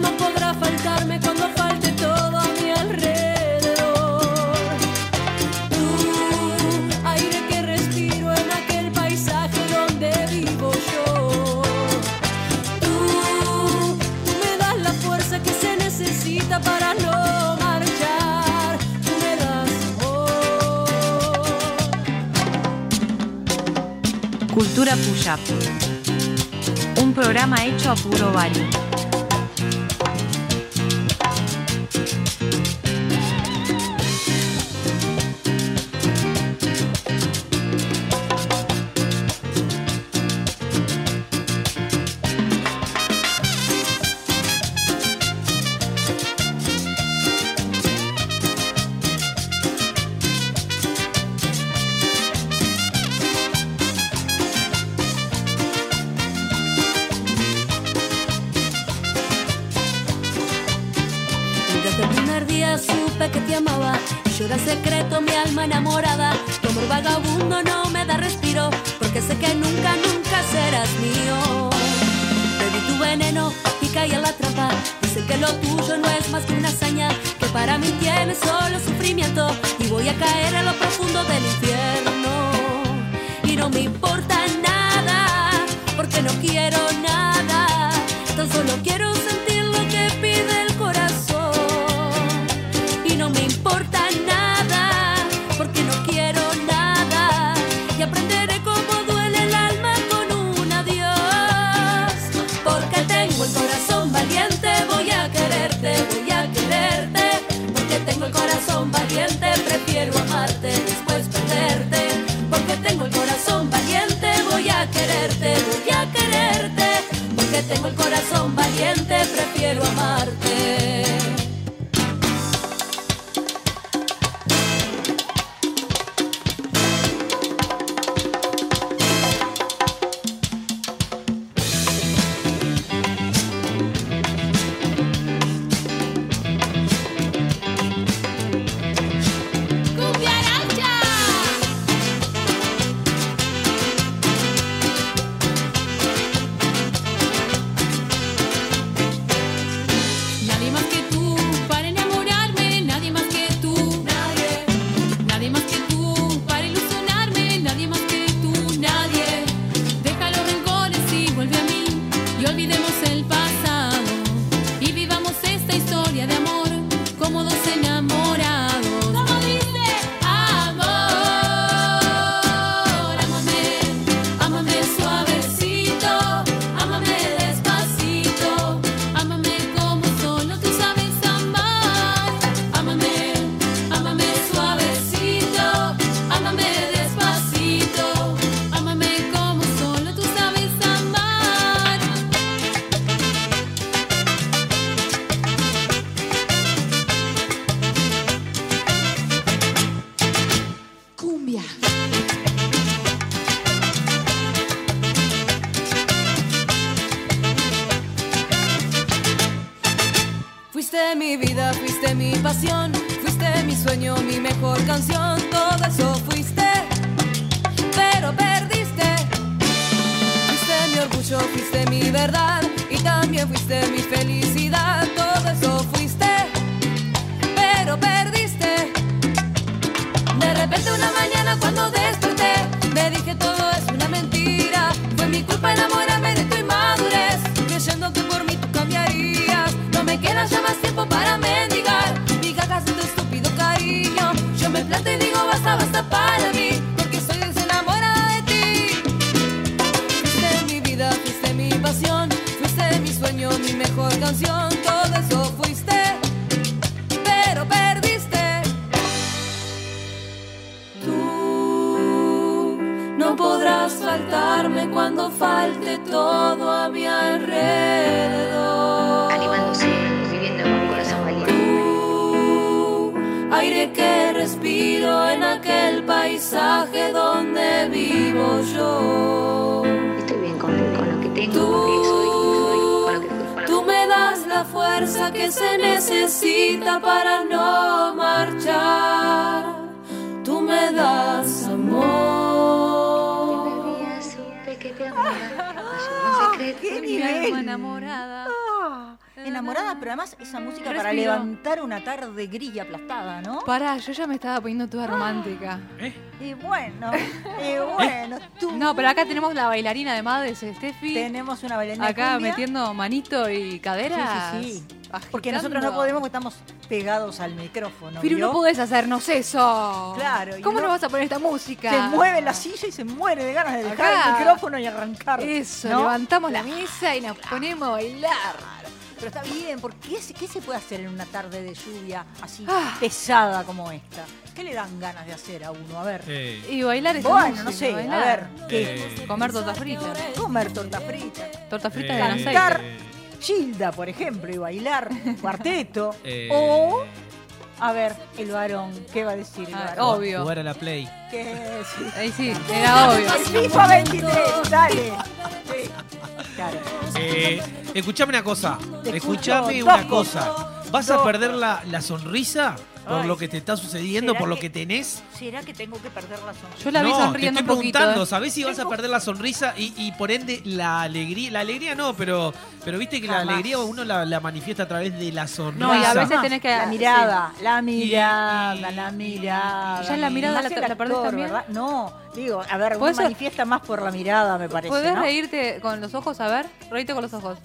no podrás faltarme cuando falte todo a mi alrededor tú aire que respiro en aquel paisaje donde vivo yo tú Tú me das la fuerza que se necesita para no marchar. Tú me das amor.
Cultura Puyap. Un programa hecho a puro barrio.
Desde el primer día supe que te amaba. Llora en secreto mi alma enamorada. Tu amor vagabundo no me da respiro. Porque sé que nunca, nunca serás mío. Bebí tu veneno y caí en la trampa. Dice que lo tuyo no es más que una hazaña. Que para mí tiene solo sufrimiento. Y voy a caer a lo profundo del infierno. Y no me importa nada. Porque no quiero nada. Tan solo quiero sentir lo que pide el corazón y no me importa nada, porque no quiero nada. Y aprenderé cómo duele el alma con un adiós. Porque tengo el corazón valiente, voy a quererte, voy a quererte. Porque tengo el corazón valiente, prefiero amarte, después perderte. Porque tengo el corazón valiente, voy a quererte, voy a quererte. Porque tengo el corazón valiente, prefiero amarte.
¡Cumbia
Nadie más que tú para enamorarme, nadie más que tú, nadie. Nadie más que tú para ilusionarme, nadie más que tú, nadie. Deja los rencores y vuelve a mí y olvidemos el pasado y vivamos esta historia de amor como dos enamorados. Como dice, amor, amame, amame suavecito, amame despacito. Amame como solo tú sabes amar. Amame, amame suavecito. Amame despacito. Amame como solo tú sabes amar. Cumbia. Fuiste mi vida, fuiste mi pasión, fuiste mi sueño, mi mejor canción, todo eso fuiste, pero perdiste. Fuiste mi orgullo, fuiste mi verdad y también fuiste mi felicidad, todo eso fuiste, pero perdiste. De repente una mañana cuando desperté, me dije todo es una mentira. Fue mi culpa enamorarme de tu inmadurez, creyendo que por mí tú cambiarías. No me queda ya más tiempo para mendigar. Mi caca tu estúpido cariño. Yo me planteo y digo basta, basta para mí, porque soy desenamorada de ti. Fuiste mi vida, fuiste mi pasión, fuiste mi sueño, mi mejor canción, todo
cuando falte todo a mi alrededor. Animándose, viviendo con corazón valiente. aire que respiro en aquel paisaje donde vivo yo. Estoy bien con, lo que tengo, con lo que soy, con lo que Tú me das la fuerza que se necesita para no marchar. Tú me das amor.
Ah, ¡Qué nivel! Ah, enamorada, pero además esa música para
Eh, Respiro.
levantar una tarde gris y aplastada, ¿no?
Pará, yo ya me estaba poniendo
Ah,
toda romántica.
Y bueno, y bueno, tú.
No, pero acá tenemos la bailarina de madres, Steffi.
Tenemos una bailarina de
Acá
cumbia.
metiendo manito y cadera.
Sí, sí, sí. Porque nosotros no podemos porque estamos pegados al micrófono.
Pero
¿vio?
no podés hacernos eso.
Claro, y
¿Cómo
no-
no vas a poner esta música?
Se mueve la silla y se muere de ganas de dejar
Acá.
el micrófono y arrancar.
Eso,
¿no?
levantamos la mesa y nos ponemos a bailar.
Pero está bien, porque ¿qué, se- qué se puede hacer en una tarde de lluvia así
Ah.
pesada como esta? ¿Qué le dan ganas de hacer a uno? A ver.
Eh.
Y bailar es
Bueno,
música,
no sé, a ver.
bailar.
Eh.
Comer torta frita.
Comer torta frita.
Torta frita
Eh.
con aceite.
Cantar. Gilda, por ejemplo, y bailar cuarteto.
Eh.
O, a ver, el varón. ¿Qué va a decir el
Ah,
varón?
obvio.
Jugar a la Play.
Que sí.
Ahí sí, era obvio.
El FIFA 23, dale. Sí. Claro.
Eh, escuchame una cosa.
Te escucho,
Escuchame
dos
una cosa. ¿Vas a
Dos
perder la, la sonrisa por
Ay.
lo que te está sucediendo,
¿Será
por lo
que-
que tenés?
¿Será que tengo que perder la sonrisa?
no, te estoy preguntando,
¿eh?
¿sabés si vas a perder la sonrisa y, y por ende la alegría? La alegría no, pero, pero viste que
Jamás.
la alegría uno la, la manifiesta a través de la sonrisa.
No, y a veces tenés que-
La mirada, la mirada, la mirada.
Ya la mirada
Más
la-
el
la perdés también.
¿verdad? No, digo, a ver, uno
¿Puedes-
manifiesta más por la mirada, me parece.
¿Podés
¿no?
reírte con los ojos? A ver, reíte con los ojos.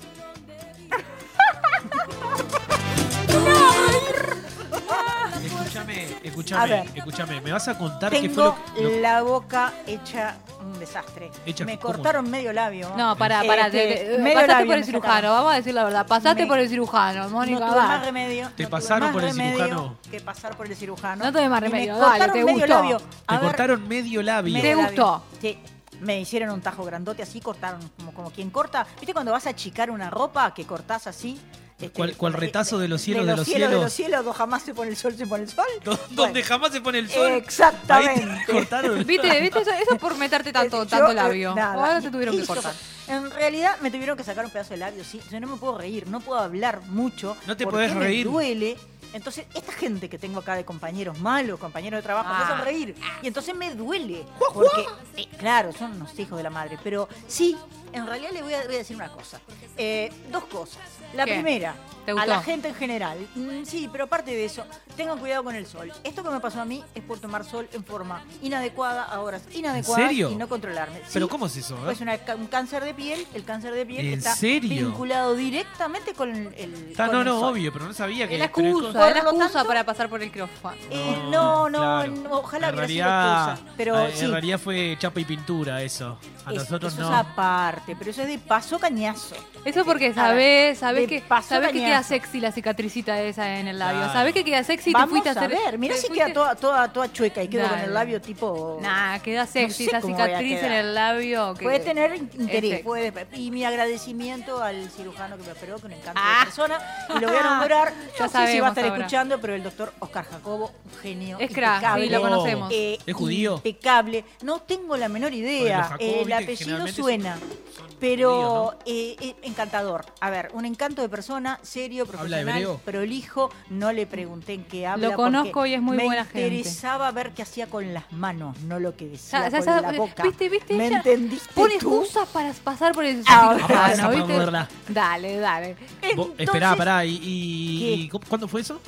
Escúchame,
A
escúchame,
ver.
escúchame. ¿Me vas a contar qué fue
Tengo
lo que- lo-
la boca hecha un desastre.
Hecha-
me
¿cómo?
cortaron medio labio.
No, pará, pará.
Este,
te- te-
medio
pasaste
labio
por el
me
cirujano,
sacaron.
vamos a decir la verdad. Pasaste
Me-
por el cirujano,
No
Mónica.
tuve
va.
más remedio.
¿Te
no tuve
pasaron
más
por el
remedio
cirujano?
Que pasar por el cirujano.
No tuve más
Y me
remedio,
cortaron
dale, te
medio
gustó.
labio. A
Te
ver,
cortaron medio labio.
medio labio. Sí. Me hicieron un tajo grandote así, cortaron como, como quien corta. ¿Viste cuando vas a achicar una ropa que cortás así? Este,
¿Cuál, cuál retazo de los
de
cielos de,
los cielos, de los
cielos?
cielos, donde jamás se pone el sol, se pone el sol.
Donde jamás se pone el sol.
Exactamente.
Ahí te cortaron.
¿Viste? ¿Viste? Eso, eso por meterte tanto,
Yo,
tanto
eh,
labio.
nada.
Ahora te tuvieron que
Hizo-
cortar.
En realidad me tuvieron que sacar un pedazo de labio, sí. Yo no me puedo reír, no puedo hablar mucho.
No te
porque
podés reír.
Me duele. Entonces, esta gente que tengo acá de compañeros malos, compañeros de trabajo, me
Ah.
hacen reír. Y entonces me duele. Porque, eh, claro, son unos hijos de la madre. Pero sí, en realidad le voy a, voy a decir una cosa. Eh, dos cosas. La
¿Qué?
primera,
¿Te
a la
gustó?
gente en general. Mm, sí, pero aparte de eso, tengan cuidado con el sol. Esto que me pasó a mí es por tomar sol en forma inadecuada, a horas inadecuadas
serio?
y no controlarme.
¿Pero
Sí.
cómo es eso? eh?
Es una ca- un cáncer de piel. El cáncer de piel
¿En
está
serio?
vinculado directamente con el. el- Eh, con
Está- Ah, no,
el
no,
sol.
obvio, pero no sabía que.
Es la
pero es cosa-
excusa, es la excusa para pasar por el micrófono.
Eh, no, no,
claro.
no, ojalá
en
hubiera sido
realidad,
excusa. Pero
eh, en
sí,
realidad fue chapa y pintura eso. A
es-
nosotros
eso
no.
es aparte, pero eso es de paso cañazo.
Eso porque
A ver,
sabés,
de
sabés que,
paso
sabés que queda
cañazo.
sexy la cicatricita esa en el labio.
Claro.
Sabés que queda sexy y te
Vamos
fuiste a hacer.
ver, mirá
te
si
fuiste-
queda toda, toda, toda chueca y quedo con el
Dale.
labio tipo.
Nah, queda sexy
sé
esa
cómo voy a
cicatriz en
quedar.
el labio. Que...
Puede tener in- interés.
Este.
puede- y mi agradecimiento al cirujano que me operó, que me encanta de persona. Y lo voy a nombrar.
Ah. Ya
No sé si va
sabemos
a estar
ahora.
escuchando, pero el doctor Oscar Jacobo, un genio.
Es crack,
impecable,
sí, lo conocemos.
eh,
¿Es judío?
Impecable. No tengo la menor idea.
Porque los Jacobo,
Eh, el
viste,
apellido
generalmente
suena.
judíos,
Pero eh, eh, encantador. A ver, un encanto de persona, serio, profesional,
hebreo?
prolijo. No le pregunté en qué habla.
Lo conozco
porque
y es muy
me
buena gente.
interesaba ver qué hacía con las manos, no lo que decía
Ya- ya-
con
ya- eh,
la boca.
¿Viste, viste?
¿Me
Ella
entendiste
Pone
tú?
excusas para pasar por el
Ah,
cirujano,
Pasa para
¿viste?
moverla.
Dale, dale.
Vos-
Entonces,
esperá, pará. ¿Y, y- ¿cómo- cuándo fue eso?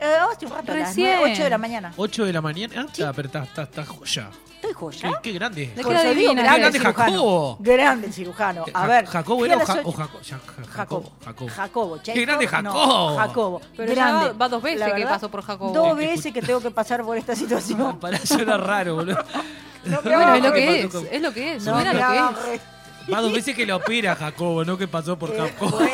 eh, hace un rato, a las
Recién.
8 de la mañana.
8 de la mañana. Ah, pero está, está, está joya.
Estoy
Qué,
joya.
qué grande.
Le
Por
queda
eso digo,
divina.
grande
Grande
el cirujano.
Jacobo. Eh,
Grande el cirujano. A
Ja-
ver.
¿Jacobo
fui
era
a
o,
las
Ja-
ocho-
o Jaco- ya- Ja- Jacobo? Jacobo.
Jacobo. Jacob,
Qué grande
no,
Jacobo.
Jacobo.
Pero ya
grande.
va- va dos veces
La
que
verdad,
pasó por Jacobo.
Dos
Escu-
veces que tengo que pasar por esta situación.
Pará, eso era raro, boludo.
No,
Bueno, es lo
¿Qué
que es,
pasó con-
es lo que es,
No,
mira
me
lo que es.
agarre.
Va dos veces que lo opera Jacobo, no que pasó por Jacobo.
Eh,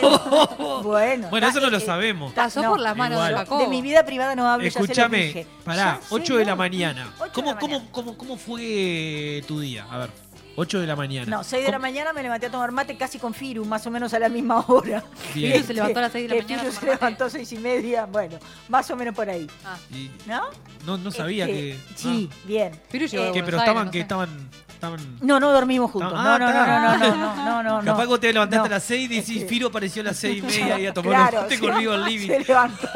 Bueno, bueno,
Bueno, eso
está,
no lo
eh,
sabemos.
Pasó
No,
por las manos de
igual.
Jacobo.
De mi vida privada no hablo, Ah, ya se lo
Escúchame,
dije.
pará,
Ya sé,
8 de la
no.
mañana.
Ocho de
¿Cómo,
la
cómo,
mañana.
cómo, ¿Cómo fue tu día? A ver. 8 de la mañana.
No, 6 de la mañana me levanté a tomar mate casi con Firu, más o menos a la misma hora.
Bien.
Este,
Firu se levantó a las
6 de la
que
mañana a
Firu
tomar Ah.
se levantó a 6 y media, bueno, más o menos por ahí.
Y-
¿No?
no, no sabía
Este,
que.
Sí, bien.
ah. Que, pero estaban, que estaban, estaban.
No, no dormimos juntos.
Ah,
No, no, no,
está.
no, no, no, no, no, no.
Capaz que te levantaste
No. este,
a las 6 y decís, Firo apareció a las 6 y media y a tomar
Claro,
un mate
se-
conmigo al living.
Se levantó.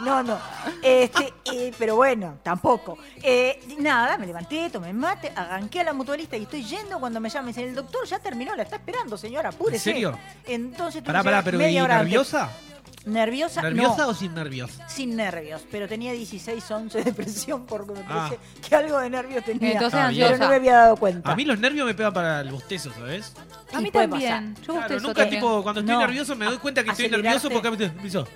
No, no. Este, eh, pero bueno, tampoco. Eh, nada, me levanté, tomé mate, arranqué a la mutualista y estoy yendo cuando me llamen. El doctor ya terminó, la está esperando, señora, apúrese.
¿En serio?
Entonces, tuve
Pará,
que
pará,
llegar
pero ¿y
media hora antes.
nerviosa?
Nerviosa,
¿Nerviosa
no.
o sin nervios?
Sin nervios, pero tenía 16, 11 de presión porque me
Ah.
parece que algo de nervios tenía.
Entonces
pero
ansiosa.
no me había dado cuenta.
A mí los nervios me pegan para el bostezo, ¿sabes?
A mí
puede
también.
pasar. Claro,
Yo
Pero
bostezo
nunca,
también.
tipo, cuando estoy
No.
nervioso me doy cuenta que estoy nervioso
Acelerarte.
porque me empiezo.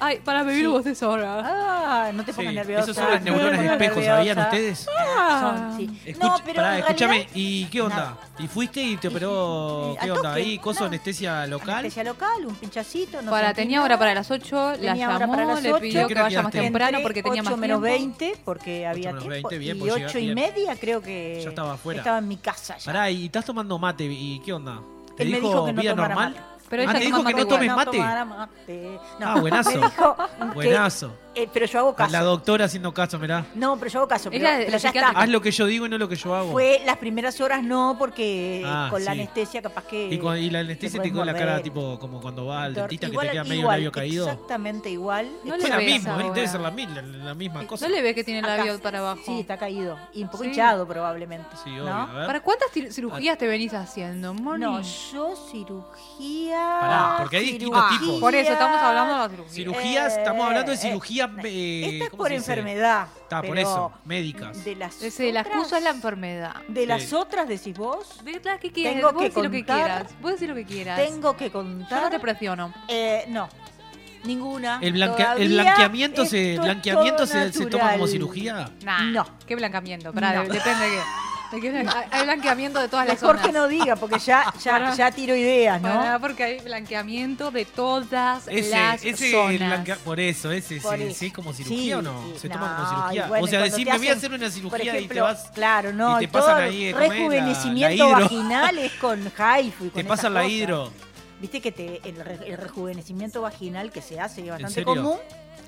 Ay, para beber
Sí.
bostezo ahora.
Ah, no te pongas
Sí,
nerviosa.
esos son las
no
neuronas
te pongas
espejo,
nerviosa.
¿sabían ustedes?
Ah, son, sí.
Escuch-
no, pero
pará,
en
escúchame,
realidad,
¿y qué onda? ¿Y fuiste y te operó?
Eh,
¿Qué
al
onda?
toque,
¿Ahí coso
nada.
anestesia local?
anestesia local, un pinchacito. No
Para,
sentí
tenía
nada.
hora para las 8, la
Tenía hora
llamó,
para las
le
8.
pidió que vaya más
Entré
temprano porque tenía más
8 menos
tiempo.
20 porque había
menos
tiempo.
20, bien,
y
pues llegué
8 y
bien.
media creo que
Ya estaba afuera.
estaba en mi casa ya.
Pará, ¿y estás tomando mate? ¿Y qué onda? ¿Te
Él me
dijo,
dijo que no
vida
tomara
normal?
mate.
ah, te dijo que no tomes mate.
tomara mate. No.
Ah, buenazo.
Me dijo que-
Buenazo.
eh, pero yo hago
La
caso.
doctora haciendo caso, mirá.
No, pero yo hago caso. Pero,
Ella-
pero
la
ya
psiquiatra-
está.
Haz lo que yo digo y no lo que yo hago.
Fue las primeras horas no, porque
Ah,
con la
sí.
anestesia capaz que...
y, con- y la anestesia te
puedes
quedó la cara
morder.
tipo como cuando va al
Doctor,
dentista que
igual-
te queda medio
igual,
labio caído.
Exactamente igual.
No
Fue
le
la
ves
misma,
ahora.
debe ser la, mi- la- la misma cosa.
¿No le ves que tiene el
Acá.
labio para abajo?
Sí, está caído. Y un poco
Sí.
hinchado probablemente.
Sí, obvio, a
¿no?
ver.
¿Para cuántas cir- cirugías te venís haciendo, Moni?
No, yo cirugía.
Pará, porque hay distintos
cirugía,
tipos.
Por eso estamos hablando de la cirugía.
Cirugías,
Eh,
estamos hablando de
eh,
cirugía. eh,
Esta es
¿cómo
por
se dice?
enfermedad.
Está, por
pero
eso, médicas.
De las,
Ese, la
otras-
excusa es la enfermedad.
de las
Sí.
otras decís vos.
De la que quieras,
Tengo
vos
que
decís lo que
contar-
quieras. Vos decís lo que quieras.
Tengo que
Yo no
contar.
te presiono.
eh, no, ninguna.
El, blanquea- el
Todavía
blanqueamiento,
esto
se,
es
blanqueamiento
todo
se, se toma como
natural.
cirugía.
Nah,
No.
Qué blanqueamiento, pará,
No.
de- depende de qué. de qué blan- Hay blanqueamiento de todas las
Mejor
zonas.
que no diga, porque ya, ya,
Pará.
ya tiro ideas, ¿no?
Pará, porque hay blanqueamiento de todas
Ese,
las
ese
zonas.
blanquea- por eso, ese,
Por
sí,
eso.
sí, es como cirugía
Sí,
o no?
sí,
se toma como
no,
cirugía.
y bueno,
o sea,
cuando
decir,
te
me voy a
hacen-
hacer una
por
cirugía y te
ejemplo,
vas.
Claro, no,
y te
todo
pasan
el
ahí, ¿cómo es? La-
rejuvenecimiento
la hidro.
vaginal es con haifu y con
Te pasan
esas
la
cosas.
hidro.
Viste que te- el, re- el rejuvenecimiento vaginal que se hace y es bastante
serio?
común.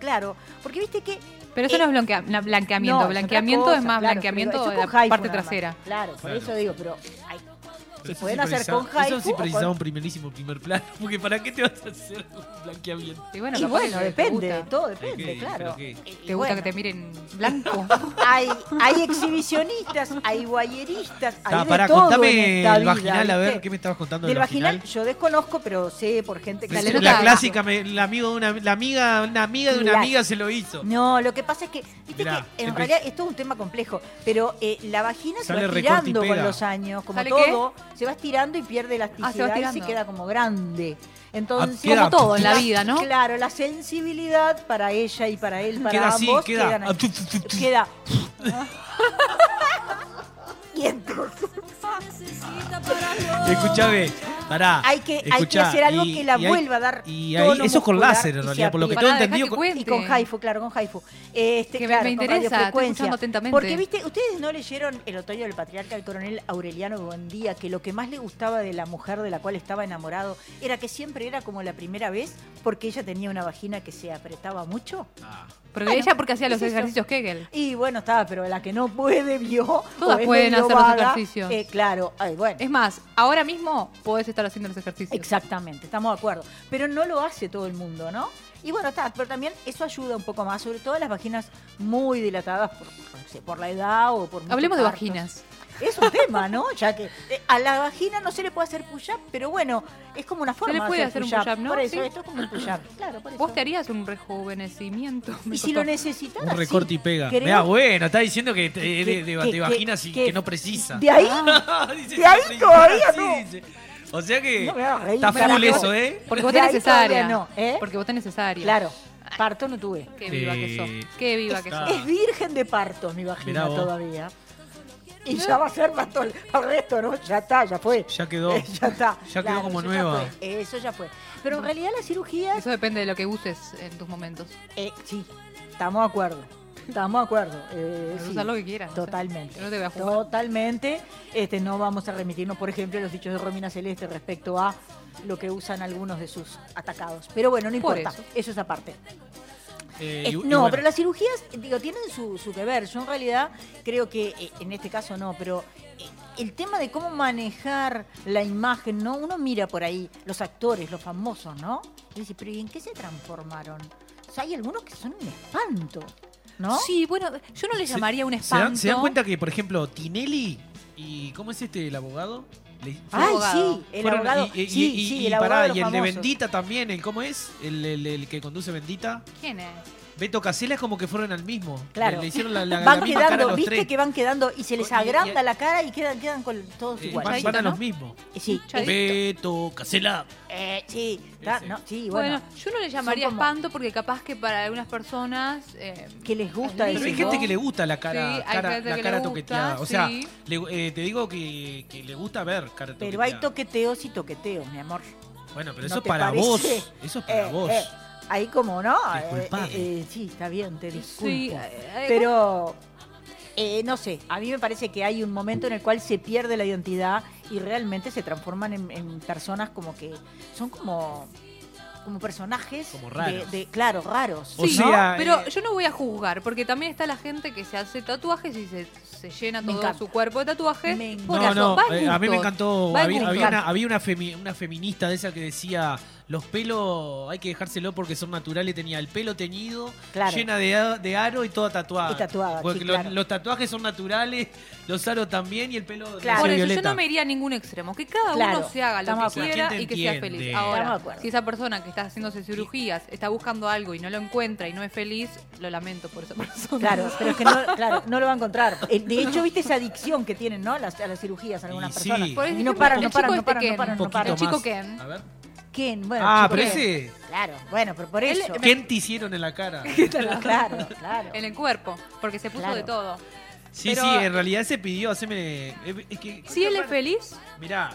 Claro, porque viste que
Pero eso
Eh,
no es blanquea- na- blanqueamiento.
no, es otra
blanqueamiento es
cosa,
más
claro, pero
blanqueamiento
eso con
de la
haiku
parte
nada más.
trasera.
Claro, por
Claro.
eso digo, pero ay,
Pero
se
eso
pueden
sí
hacer
precisaba-
con haiku.
Eso sí
o con-
precisaba un primerísimo primer plano. Porque ¿para qué te vas a hacer un blanqueamiento?
Y bueno,
Y
capaz
bueno,
que te
depende,
gusta.
todo
Hay
depende,
que-
claro.
pero que-
Y
¿Te gusta
bueno,
que te miren blanco?
hay, hay exhibicionistas, hay guayeristas, hay de
Ah, pará,
todo
contame
en esta
el
vida,
vaginal, a
¿viste?
ver, ¿qué me estabas contando
Del vaginal yo desconozco, pero sé por gente que
Me-
se lo
La
hizo.
clásica, me- la, amigo de una, la amiga, una amiga de una
La-
amiga se lo hizo.
No, lo que pasa es que, viste
Mirá,
que en
empe-
realidad esto es un tema complejo, pero eh, la vagina se va
Sale recorte y
estirando
pega.
con los años, como
¿Sale
todo, se va estirando y pierde
Ah, se va
elasticidad y se
estirando.
queda como grande. Entonces,
Ah, queda- Como todo en
la vida, ¿no?
Claro, la sensibilidad para ella y para él, para
queda así,
ambos,
queda.
quedan ahí. Queda. y entonces
Escuchame, pará.
hay que, hay que
escuchá,
hacer algo
y-
que la
y hay-
vuelva a dar.
Y
tono
ahí, eso es con
muscular
láser,
y
en
se
realidad, por lo que
aplica.
tengo
Pará, dejá
entendido.
que
con-
cuente.
Y con haifu, claro, con haifu. Este,
Que me-
claro,
me
con
interesa, estoy
radiofrecuencia.
escuchando atentamente.
Porque, viste, ustedes no leyeron El otoño del patriarca del coronel Aureliano Buendía, que lo que más le gustaba de la mujer de la cual estaba enamorado era que siempre era como la primera vez porque ella tenía una vagina que se apretaba mucho.
Ah,
Pero
Bueno,
ella porque hacía los
es eso.
ejercicios Kegel.
Y bueno, estaba, pero la que no puede vio.
Todas
o es
pueden
medio
hacer los
vaga,
ejercicios.
eh, claro, ay, bueno.
Es más, ahora mismo podés estar haciendo los ejercicios.
Exactamente, estamos de acuerdo. Pero no lo hace todo el mundo, ¿no? Y bueno, está, pero también eso ayuda un poco más, sobre todo a las vaginas muy dilatadas por, no sé, por la edad o por... muchos
Hablemos de
partos.
vaginas.
Es un tema, ¿no? Ya que eh, a la vagina no se le puede hacer push-up, pero bueno, es como una forma
le puede
de
hacer un
push-up.
push-up, ¿no?
Por eso,
Sí.
esto es como un push-up. Claro, por eso.
Vos te harías un rejuvenecimiento. Me
y si
costó.
lo necesitas,
un recorte y pega.
creo-
Mirá, bueno, está diciendo que te- de,
que-
de-
que-
de vaginas
que-
y
que-
que no precisa.
de ahí,
Ah.
Dice,
de ahí
sí,
todavía
sí,
no.
dice. O sea que
No me hagas reír,
está
me la
full
acabo-
eso, ¿eh?
Porque vos
De
tenés
ahí todavía
cesárea.
no, ¿eh?
Porque vos tenés cesárea.
Claro, parto no tuve.
Qué viva que
Eh,
sos. Qué viva que
está.
sos.
Es virgen de partos mi
Mirá
vagina
vos.
todavía. Y ya va a ser para todo el para el resto, ¿no? Ya está, ya fue.
Ya quedó.
Eh, ya está.
Ya quedó como
eso
nueva.
Ya fue. Eso ya fue. Pero en realidad las cirugías,
Eso depende de lo que uses en tus momentos.
eh, sí, estamos de acuerdo. Estamos de acuerdo. eh,
Puedes
sí,
usar lo que quieras, no sé.
Totalmente.
Yo no te voy a juzgar.
totalmente. Este, no vamos a remitirnos, por ejemplo, a los dichos de Romina Celeste respecto a lo que usan algunos de sus atacados. Pero bueno, no
Por
importa.
eso.
Eso es aparte.
Eh,
Eh,
y- y
no,
bueno,
pero las cirugías, digo, tienen su, su que ver. Yo en realidad creo que, eh, en este caso no, pero eh, el tema de cómo manejar la imagen, ¿no? Uno mira por ahí los actores, los famosos, ¿no? Y dice, pero ¿y en qué se transformaron? O sea, hay algunos que son un espanto, ¿no?
Sí, bueno, yo no le
se-
llamaría un
¿se dan-
espanto.
¿Se dan cuenta que, por ejemplo, Tinelli y. ¿Cómo es este, el abogado? Le-
Ay,
abogado.
Ah, sí, el
fueron-
abogado.
Y, y-
sí,
y-
sí,
y
el abogado
pará,
de los
y el de
famosos.
Bendita también, el, ¿cómo es? El, el- el que conduce Bendita.
¿Quién es?
Beto Casella es como que fueron al mismo.
Claro.
Le, le hicieron la, la- la
van
misma cara a
quedando,
los
viste
tres.
que van quedando y se les
Y- y-
agranda la cara y quedan, quedan con todos
Eh,
iguales.
van, van a los mismos.
Eh, Sí,
Beto Casella.
Eh, sí, está- no, sí, bueno.
Bueno, yo no le llamaría
Son como-
espanto porque capaz que para algunas personas... eh,
Que les gusta
Pero hay
eso,
gente
¿no?
que le gusta la cara,
Sí, hay
cara-
gente
la
que
cara
le gusta,
toqueteada. o sea,
sí.
le- eh, te digo que, que le gusta ver cara toqueteada.
Pero hay toqueteos y toqueteos, mi amor.
Bueno, pero
¿No
eso es
te
para
parece?
vos. Eso es para
Eh,
vos.
eh, ahí como, ¿no? Eh,
Disculpame.
eh, eh, sí, está bien, te disculpo.
eh, eh,
pero, eh, no sé, a mí me parece que hay un momento en el cual se pierde la identidad y realmente se transforman en, en personas como que son como como personajes
Como
de-
raros.
De, claro raros
O sea, eh,
¿no?
Pero yo no voy a juzgar, porque también está la gente que se hace tatuajes y se, se llena
Me
todo
encanta.
su cuerpo de tatuajes.
Me
Por
no,
eso,
no,
va al
eh, a mí me
gusto.
encantó.
Va al
Había,
gusto.
había una, había una, femi- una feminista de esa que decía: los pelos hay que dejárselo porque son naturales. Tenía el pelo teñido,
Claro.
llena de, a- de aro y toda tatuada.
Y tatuada,
Porque
Ah, sí,
lo-
claro.
los tatuajes son naturales, los aros también y el pelo. no
Claro.
sé,
Por eso
violeta.
yo no me iría a ningún extremo. Que cada
Claro,
uno se haga lo
estamos
que
de acuerdo.
quiera
¿Quién te
y que sea
entiende?
feliz.
Estamos de
Ahora,
acuerdo.
si esa persona que está haciéndose cirugías está buscando algo y no lo encuentra y no es feliz, lo lamento por esa persona.
Claro, pero es que no, claro, no lo va a encontrar. Eh, De hecho, viste esa adicción que tienen, ¿no? Las- a las cirugías algunas
Y sí.
personas.
Por
Y
ejemplo,
no paran,
el
no paran,
chico
no
este
paran, no
Ken.
paran, no
Un
paran.
El
poquito
chico
más.
Ken.
A ver.
Ken, bueno,
Ah,
chico
pero
Ken.
ese.
Claro, bueno, pero por eso.
¿Qué te hicieron en la cara?
Claro, claro.
En el cuerpo, porque se puso
Claro.
de todo.
Sí,
Pero-
sí, en realidad se pidió, haceme. eh, es que-
Si él es feliz,
Mirá,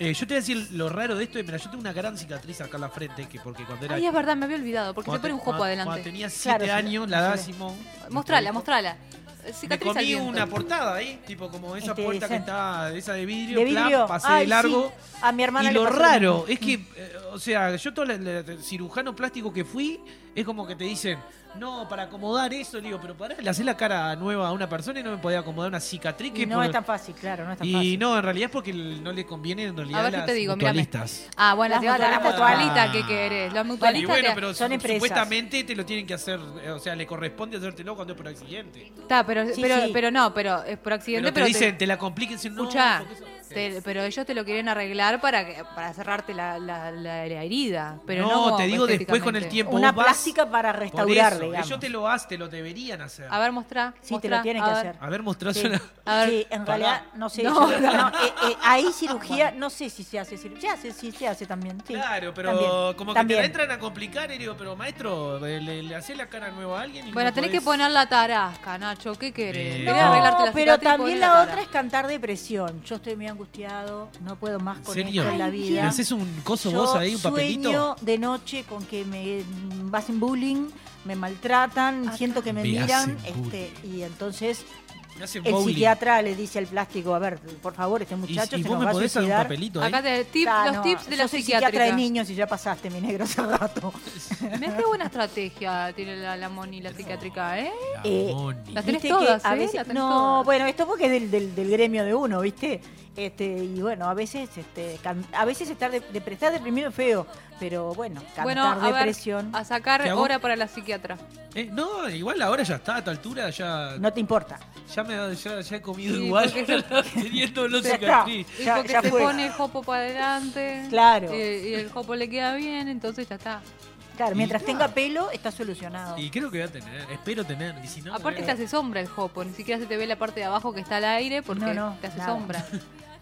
eh, yo te voy a decir lo raro de esto. Mira, yo tengo una gran cicatriz acá en la frente, que porque cuando era.
ay, es verdad, me había olvidado, porque se
cuando-
pone un jopo
cuando- Cuando
adelante.
tenía 7
Claro,
años,
sí,
la edad de
sí.
Simón.
Mostrala, mostrala.
Me
Cicatriz al
comí
viento.
una portada ahí, tipo como esa
Este,
puerta que
decente.
está, esa de vidrio,
de
plan,
vidrio.
pasé
Ay,
de
sí.
largo.
A mi hermana
Y
le
lo
pasó
raro
mismo.
es que, eh, o sea, yo todo el- el cirujano plástico que fui, es como que te dicen, no, para acomodar eso, le digo, pero pará, le hacés la cara nueva a una persona y no me podía acomodar una cicatriz.
Y
Que
no
por-
es tan fácil, claro, no es tan
y
fácil.
no, en realidad es porque no le conviene en realidad
A ver, yo
las
te digo, mírame.
mutualistas.
Ah, bueno,
Las
te va a dar la
mutualistas.
mutualita que querés. La
Y
mutualista
bueno,
te-
pero
son
su-
empresas.
supuestamente te lo tienen que hacer, eh, o sea, le corresponde hacértelo cuando es por accidente.
Está, pero,
Sí,
pero,
sí.
pero no, pero es por accidente,
Pero te
pero,
dicen, te, la compliquen, dicen, no,
Escuchá,
porque eso-
te- pero ellos te lo quieren arreglar para que- para cerrarte la, la- la- la herida. Pero no,
No, te digo después con el
estéticamente.
tiempo.
Una
vos vas-
plástica para
Por
restaurar,
eso,
digamos.
Ellos te lo hacen, te lo deberían hacer.
A ver, mostrá.
Sí, te
mostrá,
lo tienen
a
que
ver.
hacer.
A ver, mostrás
Sí,
una.
A ver.
sí, en
Pará.
realidad, no sé.
No,
yo creo que no. Eh, eh, ahí cirugía, no sé si se hace cirugía. Se hace, sí, se hace también. sí,
Claro, pero
también,
como que
también.
te la entran a complicar y digo, pero maestro, le, le, le hacés la cara nueva a alguien y
Bueno,
no
tenés
podés-
que poner la tarasca, Nacho. ¿Qué querés?
Eh,
¿Querés
No,
arreglarte la
pero
cicatriz?
también
Ponle
la
tara.
otra es cantar depresión. Yo estoy muy angustiado, no puedo más
¿En
con
serio?
esto en la
¿Le
vida.
haces un coso
Yo
vos ahí, un papelito?
sueño de noche con que me mm, hacen bullying, me maltratan, siento que me,
Ah, Me
miran.
hacen
Este, y entonces
Me hacen
el
bowling.
psiquiatra le dice al plástico, a ver, por favor, este
Y,
muchacho
y
se
vos
nos
me
va a
podés hacer un
suicidar.
papelito ahí.
Acá te tip-
Ah,
los
no,
tips de
yo
la
soy
psiquiátrica.
de niños y ya pasaste, mi negro, hace rato.
Mirá qué buena estrategia tiene la, la Moni, la psiquiátrica, ¿eh?
eh,
Moni.
la tenés
Viste que
todas,
a
¿eh?
veces-
La tenés
no,
todas.
bueno, esto porque es del, del- del gremio de uno, ¿viste? Este, y bueno, a veces este, can- a veces estar de, de- estar deprimido es feo, pero bueno, cantar
Bueno, a ver,
depresión
a
¿Qué
sacar
hago?
hora para la psiquiatra.
Eh, no, igual ahora ya está, a esta altura ya,
no te importa.
ya, me, ya, ya he comido
Sí,
igual.
porque se-
Teniendo no
Ya está.
cicatriz.
Y
Ya-
porque
ya
se
fue.
pone el jopo para adelante.
Claro.
Y, y el jopo le queda bien, entonces ya está.
Claro,
Y
mientras
ya.
tenga pelo, está solucionado.
Y creo que voy a tener, espero tener. Y si no, eh.
Aparte
bueno.
te hace sombra el jopo, ni siquiera se te ve la parte de abajo que está al aire porque
No, no,
te hace
nada.
sombra.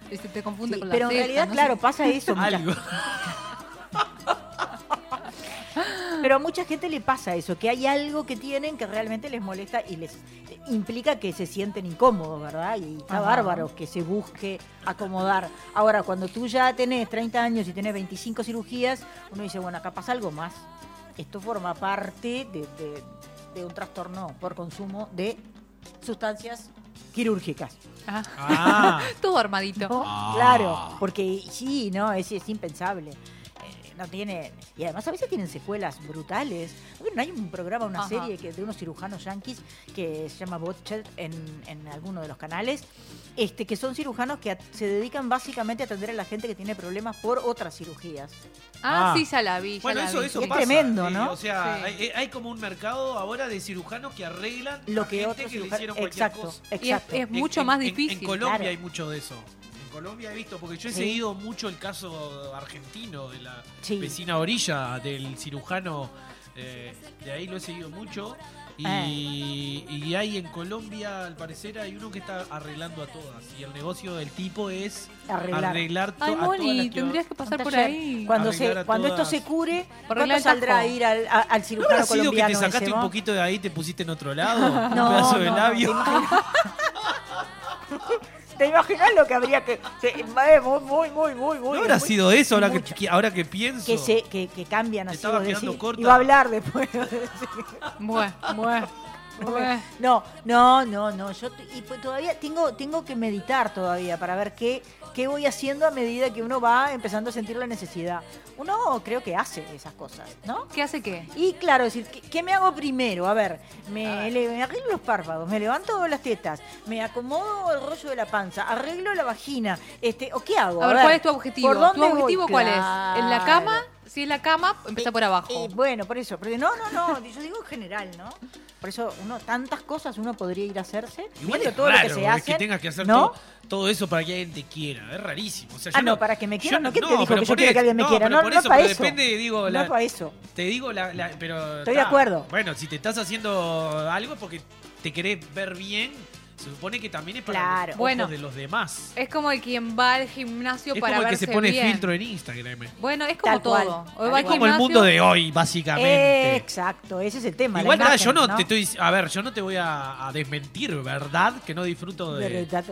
Y se te
Sí,
confunde con la
pero en
ceja,
realidad,
no sé.
claro, pasa eso. muchas-
algo.
pero a mucha gente le pasa eso, que hay algo que tienen que realmente les molesta y les eh, implica que se sienten incómodos, ¿verdad? Y está
Ajá.
bárbaro que se busque acomodar. Ahora, cuando tú ya tenés 30 años y tenés 25 cirugías, uno dice, bueno, acá pasa algo más. Esto forma parte de, de- de un trastorno por consumo de sustancias quirúrgicas.
Ah. Todo armadito.
No, Claro, porque sí, no, es, es impensable. Eh, No tiene. Y además a veces tienen secuelas brutales. Bueno, hay un programa, una
Ajá.
serie que, de unos cirujanos yanquis que se llama Botched en, en alguno de los canales. Este, que son cirujanos que at- se dedican básicamente a atender a la gente que tiene problemas por otras cirugías.
Ah, sí, ya la vi. ya
Bueno,
la
eso,
vi.
eso
Es
pasa,
tremendo,
eh,
¿no?
o sea,
Sí.
hay, hay como un mercado ahora de cirujanos que arreglan
Lo
a
que
gente
otros
que le
cirujanos-
hicieron cualquier
exacto,
cosa.
Y es- exacto. es
En-
mucho
en-
más
en- En,
difícil,
Colombia
claro.
hay mucho de eso. En Colombia he visto, porque yo he
Sí.
seguido mucho el caso argentino de la
Sí.
vecina orilla del cirujano. eh, de ahí lo he seguido mucho. Y,
Eh.
y hay en Colombia, al parecer, hay uno que está arreglando a todas. Y el negocio del tipo es
Arreglar.
arreglar to-
Ay,
a todas
Moni,
las que va-
tendrías que pasar
Un
por
taller.
ahí.
Cuando,
Arreglar
se,
a
cuando esto
todas.
se cure,
Arreglar
¿cuándo
el
saldrá
tajo.
a ir al, a- al
¿No
cirujano
habrá sido que
colombiano?
te sacaste
ese,
un
vos?
poquito de ahí y te pusiste en otro lado? un
No,
pedazo de
no,
labio.
¿Te imaginas lo que habría que.? se- eh, muy, muy, muy, muy, muy.
¿No habrá
muy-
sido eso ahora que, ahora que pienso?
que, se, que, que cambian así.
estabas
vos
quedando
decís.
corta.
Iba a hablar después.
Bueno, bueno. bueno.
No, no, no, no. Yo t- y pues todavía tengo, tengo que meditar todavía para ver qué, qué voy haciendo a medida que uno va empezando a sentir la necesidad. Uno creo que hace esas cosas, ¿no?
¿Qué hace qué?
Y claro, decir, ¿qué, qué me hago primero? A ver, me, le- me arreglo los párpados, me levanto las tetas, me acomodo el rollo de la panza, arreglo la vagina, este, ¿o qué hago?
A ver, ¿cuál es tu objetivo?
¿Por dónde
¿Tu objetivo
voy?
cuál es? ¿En la
Claro.
cama? Si es la cama, empieza por abajo.
Eh, bueno, por eso. Pero no, no, no. Yo digo en general, ¿no? Por eso, uno, tantas cosas uno podría ir a hacerse.
Igual
viendo
es
todo
raro,
lo que se
es
hace.
que tengas que hacer
¿no?
todo, todo eso para que alguien te quiera. Es rarísimo. O sea, yo
Ah, no, para que me
yo
quieran, ¿no? ¿Quién te dijo
pero
que yo
por
quiero que
eso-
alguien me quiera?
pero
No,
por
no
eso,
para
pero
eso.
Depende, digo,
No
la-
para eso.
Te digo, la, la- pero.
Estoy de acuerdo.
Bueno, si te estás haciendo algo es porque te querés ver bien, se supone que también es para
Claro.
los ojos
Bueno.
de los demás.
Es como el quien va al gimnasio
Es
para
como el que
verse
se pone
bien.
filtro en Instagram.
Bueno, es como
Tal
todo.
cual.
Hoy
Tal
va al
Es como el
gimnasio-
mundo de hoy, básicamente.
Eh, exacto, ese es el tema. la
Igual, nada,
imagen,
yo no,
¿no?
te estoy. A ver, yo no te voy a, a desmentir, ¿verdad? Que no disfruto
De,
de.
verdad,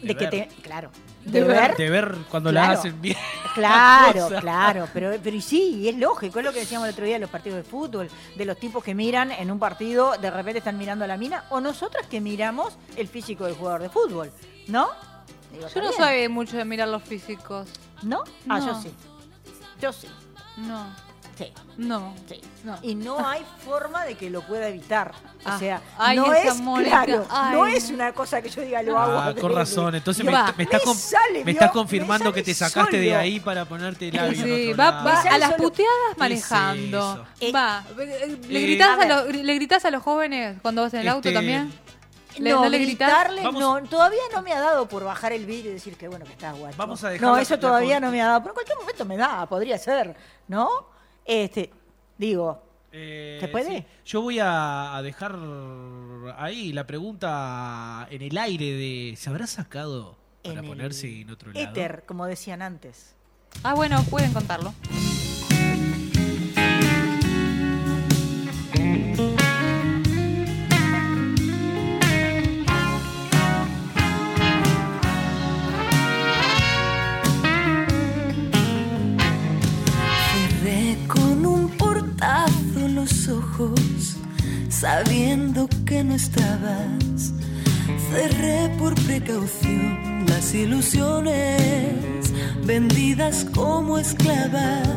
de que te.
ver.
Claro.
de
De ver.
De ver cuando la
Claro.
hacen bien.
Claro,
cosa.
claro, pero, pero y sí, es lógico, es lo que decíamos el otro día de los partidos de fútbol, de los tipos que miran en un partido, de repente están mirando a la mina, o nosotras que miramos el físico del jugador de fútbol, ¿no? Digo,
Yo no
está
soy mucho de mirar los físicos.
bien. ¿No? Ah, yo
No.
sí. Yo sí.
No.
Sí.
No.
Sí.
No.
Y no hay forma de que lo pueda evitar. O
Ah.
sea,
Ay,
no
esa
es
Mónica.
claro,
Ay.
no es una cosa que yo diga lo hago.
Ah, con razón. Entonces me,
Va.
me estás
Me
con-
sale,
me
vio,
estás
me
confirmando
sale
que te sacaste de
solo.
ahí para ponerte el labio. en
Sí,
otro
va,
lado.
va
Me
a
sale
las
solo-
¿Qué
puteadas
es
manejando.
eso?
Va. Eh, Le
Eh,
gritás,
a
a los, le gritás a los jóvenes cuando vas en el auto
Este,
también. ¿Le-
no,
no le gritás?
gritarle,
Vamos-
no, todavía no me ha dado por bajar el vidrio y decir que bueno que estás guacho.
Vamos a dejar
no,
la-
eso
la
todavía
con-
no me ha dado, pero en cualquier momento me da, podría ser, ¿no? Este, digo,
Eh,
¿Se puede?
sí. Yo voy a, a dejar ahí la pregunta en el aire de ¿se habrá sacado para
En el
ponerse en otro lado?
éter, como decían antes.
Ah, bueno, pueden contarlo.
Cerré con un portazo los ojos, sabiendo que no estabas. Cerré por precaución las ilusiones, vendidas como esclavas.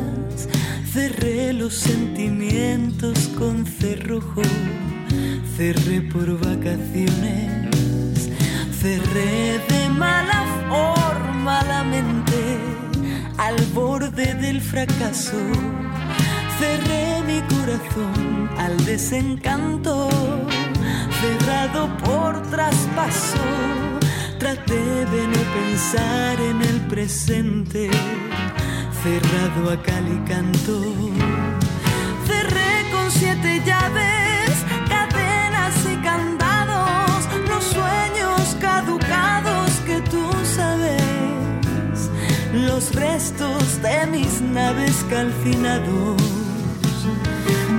Cerré los sentimientos con cerrojo, cerré por vacaciones. Cerré de mala forma la mente al borde del fracaso. Cerré mi corazón al desencanto, cerrado por traspaso. Traté de no pensar en el presente, cerrado a cal y canto. Cerré con siete llaves, cadenas y candados, los sueños caducados que tú sabes, los restos de mis naves calcinados.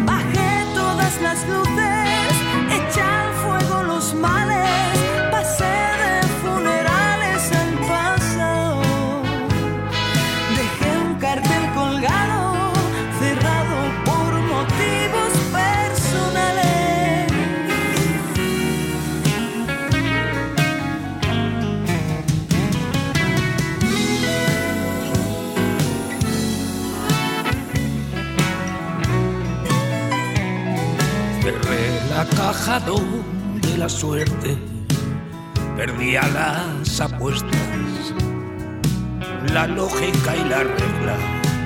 Bajé todas las luces, eché al fuego los males, pasé de funerales al pasado. Dejé un cartel colgado, cerrado por motivos personales.
lado de la suerte, perdía las apuestas, la lógica y la regla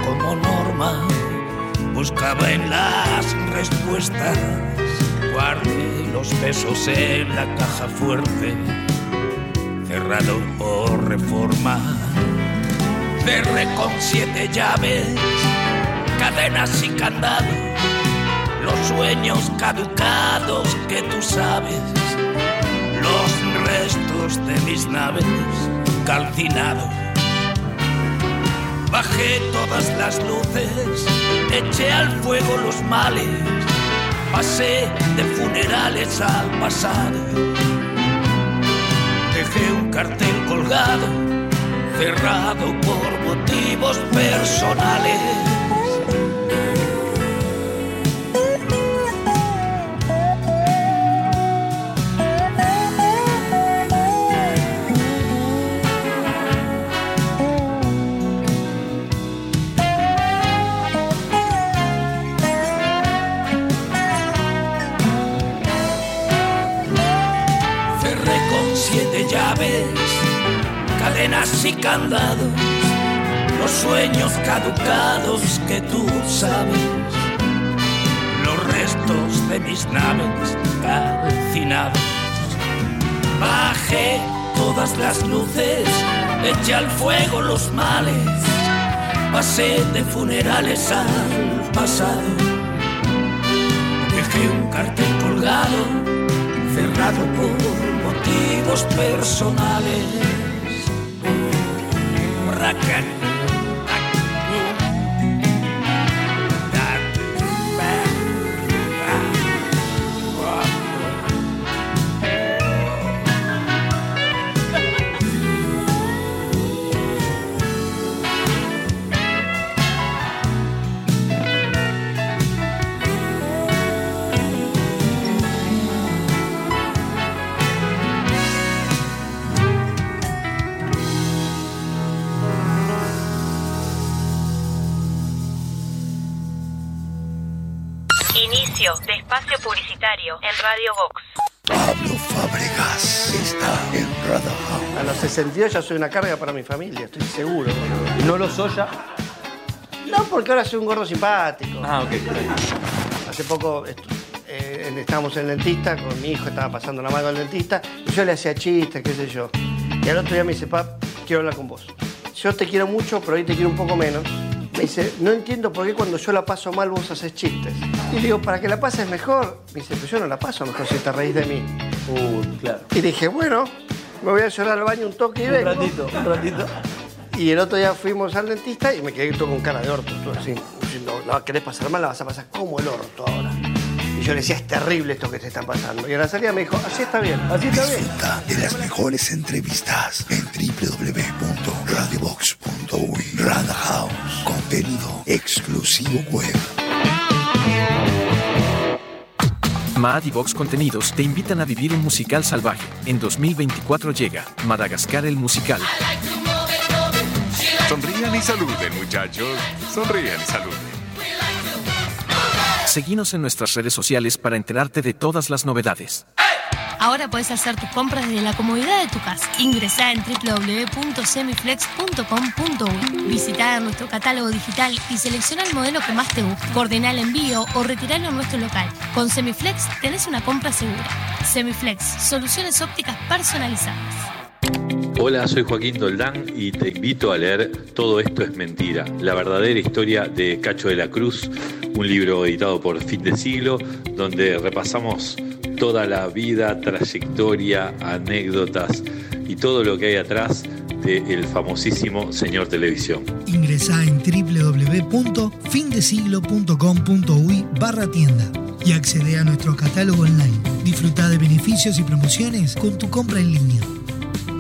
como norma, buscaba en las respuestas, guardé los pesos en la caja fuerte, cerrado por reforma, cerré con siete llaves, cadenas y candados los sueños caducados que tú sabes, los restos de mis naves calcinados. Bajé todas las luces, eché al fuego los males, pasé de funerales al pasado. Dejé un cartel colgado, cerrado por motivos personales. Cerré con siete llaves, cadenas y candados, los sueños caducados que tú sabes, los restos de mis naves calcinados. Bajé todas las luces, eché al fuego los males, pasé de funerales al pasado. Dejé un cartel colgado cerrado por motivos personales. Racan, tac, pum, tac, pa, ra, ra,
Inicio de espacio publicitario en Radio Vox.
Pablo Fábregas está en Radar House.
A los 62 ya soy una carga para mi familia, estoy seguro. ¿No lo soy ya? No, porque ahora soy un gordo simpático. Ah, ok. Hace poco estu- eh, estábamos en el dentista, con mi hijo estaba pasando la mano al dentista, y yo le hacía chistes, qué sé yo. Y al otro día me dice, pap, quiero hablar con vos. Yo te quiero mucho, pero hoy te quiero un poco menos. Me dice, no entiendo por qué cuando yo la paso mal vos haces chistes. Y le digo, para que la pases mejor. Me dice, pero yo no la paso mejor si te reís de mí.
Uh, claro.
Y dije, bueno, me voy a llorar al baño un toque y
Un
vengo.
ratito, un ratito.
Y el otro día fuimos al dentista y me quedé todo con cara de orto, todo así, diciendo, la querés pasar mal, la vas a pasar como el orto ahora. Y yo le decía, es terrible esto que te está pasando. Y a la salida me dijo, así está bien, así está bien.
Disfruta de las mejores entrevistas en www.radiobox.uy. Radar House, contenido exclusivo web.
Maadivox Contenidos te invitan a vivir un musical salvaje. En 2024 llega Madagascar el musical.
Sonrían y saluden, muchachos. Sonrían y saluden.
Seguinos en nuestras redes sociales para enterarte de todas las novedades.
Ahora puedes hacer tus compras desde la comodidad de tu casa. Ingresá en www.semiflex.com.uy. Visitá e. nuestro catálogo digital y selecciona el modelo que más te guste. Coordina el envío o retiralo a nuestro local. Con Semiflex tenés una compra segura. Semiflex, soluciones ópticas personalizadas.
Hola, soy Joaquín Doldán y te invito a leer Todo esto es mentira, la verdadera historia de Cacho de la Cruz, un libro editado por Fin de Siglo, donde repasamos toda la vida, trayectoria, anécdotas y todo lo que hay atrás del famosísimo señor televisión.
Ingresá en www.findesiglo.com.uy barra tienda y accede a nuestro catálogo online. Disfruta de beneficios y promociones con tu compra en línea.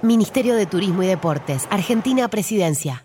Ministerio de Turismo y Deportes, Argentina Presidencia.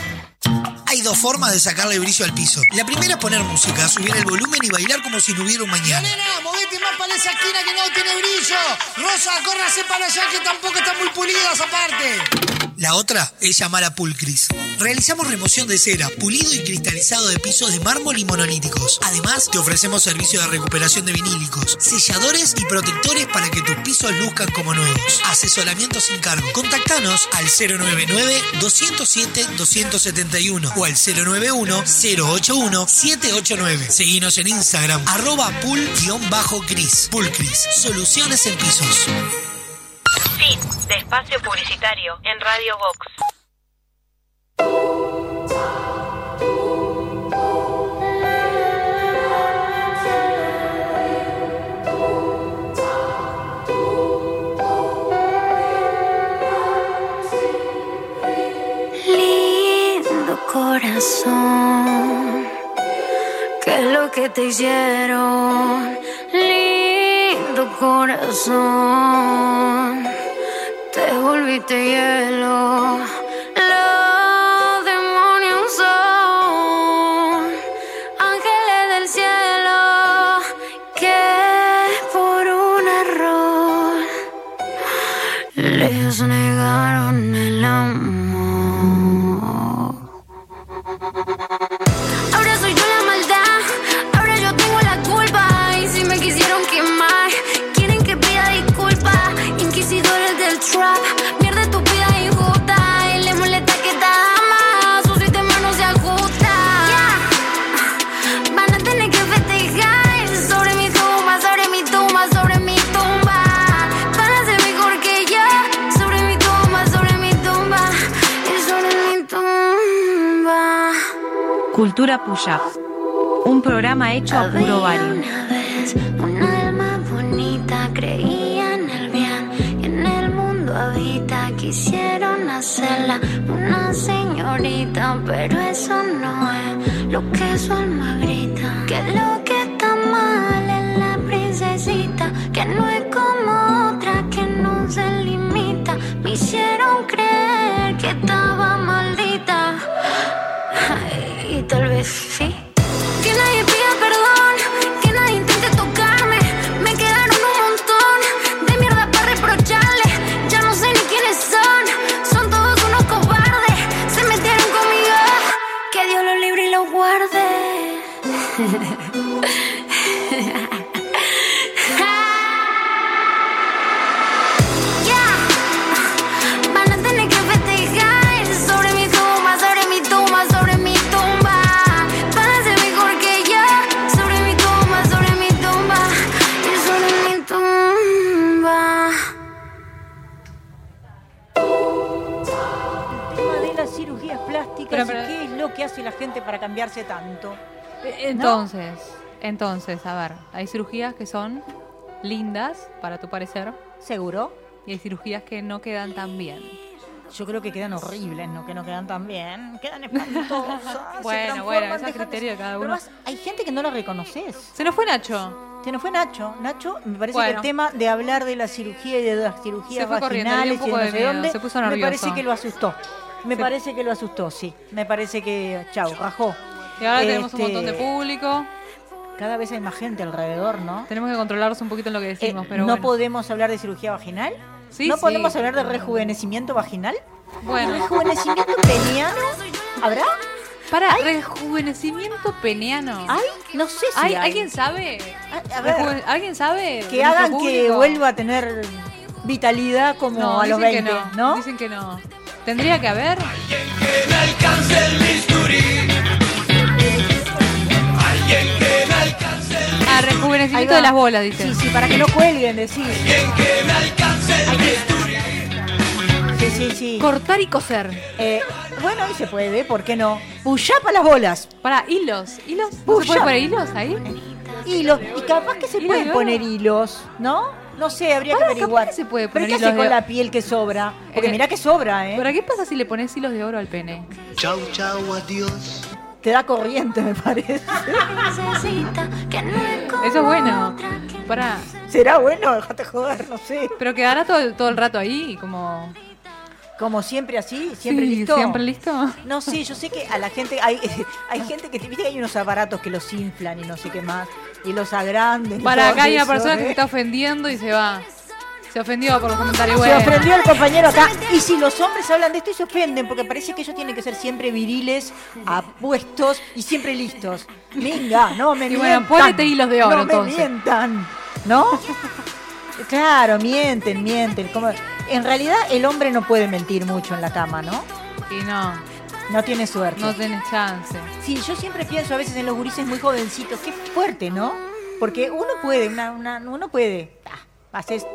Hay dos formas de sacarle brillo al piso. La primera es poner música, subir el volumen y bailar como si no hubiera un mañana.
Nena, movete más para esa esquina que no tiene brillo. Rosa, córrase para allá que tampoco está muy pulida esa parte.
La otra es llamar a Pulcris. Realizamos remoción de cera, pulido y cristalizado de pisos de mármol y monolíticos. Además, te ofrecemos servicio de recuperación de vinílicos, selladores y protectores para que tus pisos luzcan como nuevos. Asesoramiento sin cargo. Contactanos al 099-207-271 o al 091-081-789. Seguinos en Instagram, arroba pul-cris. Pulcris, soluciones en pisos.
Sí, de espacio publicitario en Radio Vox.
Lindo corazón, ¿qué es lo que te hicieron? Lindo corazón, te volviste hielo. Los demonios son ángeles del cielo que por un error les negaron el amor. Ahora soy yo la maldad, ahora yo tengo la culpa. Y si me quisieron quemar, quieren que pida disculpas. Inquisidores del trap, mierda estúpida y injusta. Y le molesta que te ama, su sistema no se ajusta. Van a tener que festejar sobre mi tumba, sobre mi tumba, sobre mi tumba. Van a ser mejor que yo sobre mi tumba, sobre mi tumba y sobre mi tumba.
Cultura Puya. Un programa hecho a puro ovario.
Un alma bonita creía en el bien y en el mundo habita. Quisieron hacerla una señorita, pero eso no es lo que su alma grita. Que lo que está mal es la princesita, que no es como otra, que no se limita. Me hicieron creer que estaba maldita. Ay, Y tal vez sí. Que nadie pida perdón, que nadie intente tocarme. Me quedaron un montón de mierda para reprocharle. Ya no sé ni quiénes son, son todos unos cobardes. Se metieron conmigo, que Dios los libre y los guarde. Yeah. Van a tener que festejar sobre mi tumba, sobre mi tumba, sobre mi tumba. Van a ser mejor que yo sobre mi tumba, sobre mi tumba y sobre mi tumba.
tema de las cirugías plásticas
Pero,
y
pero-
qué es lo que hace la gente para cambiarse tanto.
Eh, Entonces, entonces, a ver, hay cirugías que son lindas, para tu parecer.
Seguro.
Y hay cirugías que no quedan tan bien.
Yo creo que quedan horribles, no que no quedan tan bien. Quedan espantosas. Ah, se
Bueno,
transforman,
bueno, ese es
dejan de
criterio de cada
Pero
uno.
además, hay gente que no la reconoces. Se
nos fue Nacho.
Se nos fue Nacho. Nacho, me parece que
Bueno.
el tema de hablar de la cirugía y de las cirugías
Se fue corriendo, le dio un
vaginales y
poco
de
de
no sé
miedo,
dónde,
se puso
me
nervioso.
parece que lo asustó. Me
Se-
parece que lo asustó, sí. Me parece que, chau, rajó.
Y ahora tenemos un
Este,
montón de público.
Cada vez hay más gente alrededor, ¿no?
Tenemos que controlarnos un poquito en lo que decimos,
Eh,
pero
¿No
bueno.
podemos hablar de cirugía vaginal?
Sí,
¿No
sí.
podemos hablar de rejuvenecimiento vaginal?
Bueno.
¿Rejuvenecimiento peniano? ¿Habrá?
Para, rejuvenecimiento peniano.
¿Hay? No sé si
¿Hay,
hay. Ah,
¿Alguien sabe?
a ver.
Rejuven- ¿Alguien sabe?
Que
Nuestro
hagan que
público.
vuelva a tener vitalidad como
No,
a los
dicen que
20,
no,
¿no?
Dicen que no. Tendría que haber. Ah,
Ahí
rejuvenecimiento
va.
de las bolas, dicen.
Sí, sí, para que no cuelguen, decir.
Que me alcance el bisturí.
Sí, sí, sí. Eh,
Cortar y coser.
bueno, y se puede, ¿por qué no? Puyá para las bolas.
Para hilos, hilos. ¿No se puede poner hilos ahí?
Hilos. Y capaz que se
Hilo
pueden
de oro.
poner hilos, ¿no? No sé, habría
Ahora
que
capaz
averiguar.
que se puede
Pero
poner
¿qué haces
hilos de
con
oro.
la piel que sobra? Porque
Eh,
mirá que sobra, ¿eh?
¿Pero qué pasa si le pones hilos de oro al pene?
Chau, chau, adiós.
Te da corriente, me parece.
Eso es bueno. Para.
¿Será bueno? Déjate joder, no sé.
Pero quedará todo, el- todo el rato ahí, como.
Como siempre así, siempre
Sí,
listo.
Siempre listo.
No, sí, yo sé que a la gente hay, hay gente que viste que hay unos aparatos que los inflan y no sé qué más y los agrandan. y
Para
todo
acá hay una
eso,
persona
¿eh?
que se está ofendiendo y se va. Se ofendió por los comentarios.
Se
Bueno.
ofendió el compañero acá. Y si los hombres hablan de esto y se ofenden, porque parece que ellos tienen que ser siempre viriles, apuestos y siempre listos. Venga, no me
Y bueno,
mientan.
ponete hilos de oro,
No me
entonces.
mientan, ¿no? Claro, mienten, mienten. como- En realidad el hombre no puede mentir mucho en la cama, ¿no?
Y no,
No tiene suerte.
no tenés chance.
Sí, yo siempre pienso a veces en los gurises muy jovencitos, qué fuerte, ¿no? Porque uno puede, una, una- uno puede. Ah, haces.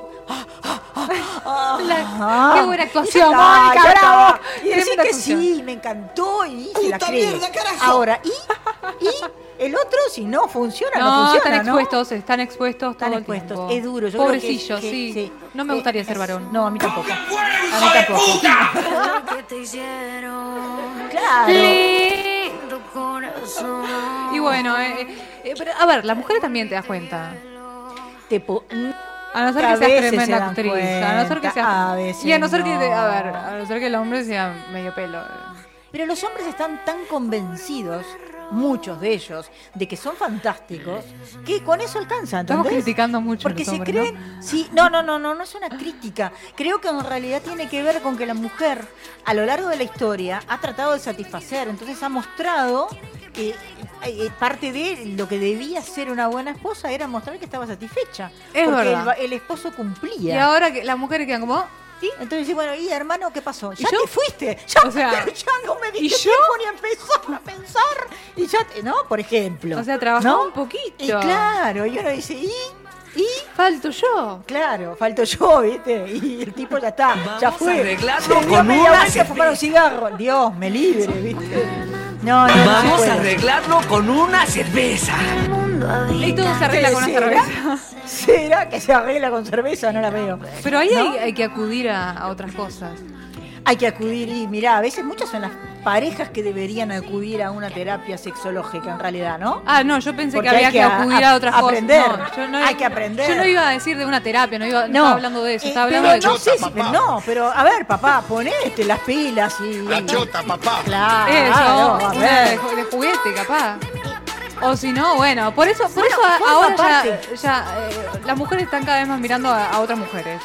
La- qué buena
Ah,
actuación,
y ya está,
Mónica,
ya está.
bravo.
Y decir
Tremenda
que
actuación.
sí, me encantó y se la
Puta
cree.
mierda, carajo.
Ahora, ¿y? ¿y? El otro, si no funciona, no,
No,
funciona,
están
¿no?
expuestos, están expuestos
Están
todo
expuestos,
el tiempo.
es duro, yo creo que-
Pobrecillos,
que-
sí.
sí.
No me
Eh,
gustaría ser varón.
No, a mí tampoco.
A
mí tampoco.
que te hicieron.
Claro.
Lindo corazón.
Y bueno, eh, eh, eh, pero a ver, las mujeres también te das cuenta.
Te po-
A no ser
A
que
veces
seas
se
tremenda
dan
actriz. A no ser que
cuenta,
seas.
a veces
y a no ser que. te- a
no.
ver, a no ser que el hombre sea medio pelo.
Pero los hombres están tan convencidos, muchos de ellos, de que son fantásticos, que con eso alcanzan.
Estamos
¿entendés?
criticando mucho.
Porque
los
se
hombres,
creen,
¿no?
sí, no, no, no, no, no es una crítica. Creo que en realidad tiene que ver con que la mujer a lo largo de la historia ha tratado de satisfacer, entonces ha mostrado que eh, eh, parte de lo que debía ser una buena esposa era mostrar que estaba satisfecha,
Es
porque
verdad.
El, va- el esposo cumplía.
Y ahora que las mujeres quedan como.
¿Sí? Entonces, bueno, y hermano, ¿qué pasó?
¿Y
Ya
yo?
te fuiste, ya,
O sea,
pero ya no me
¿y
diste
yo?
tiempo ni a empezar a pensar. Y ya, te- ¿no? Por ejemplo.
O sea, trabajaba
¿no?
un poquito.
Y claro, y uno dice, ¿y? ¿Y?
Falto yo.
Claro, falto yo, ¿viste? Y el tipo ya está, ya fue.
a arreglarlo
Se dio
con
media
una
vuelta a fumar un cigarro. Dios, me libre, ¿viste? No, no, no se puede.
arreglarlo con una cerveza.
Y todo se arregla con una
¿Será?
cerveza.
¿Será que se arregla con cerveza? No la veo.
Pero ahí
¿No?
hay, hay que acudir a, a otras cosas.
Hay que acudir y mirá, a veces muchas son las parejas que deberían acudir a una terapia sexológica en realidad, ¿no?
Ah, no, yo pensé
Porque
que había
hay
que,
que a-
acudir a, otras
aprender.
cosas. No, yo no-
Hay que aprender.
Yo no iba a decir de una terapia, no, iba, no
No.
estaba hablando de eso,
Eh,
estaba hablando
pero
de
no, sé si- no, pero a ver, papá, ponete las pilas y... La chota, papá. Claro,
Eso,
a
una de,
ver.
de juguete, capaz. O si no, bueno, por eso, por
Bueno,
eso a-
forma
ahora ya,
parte.
ya, eh, las mujeres están cada vez más mirando a, a otras mujeres.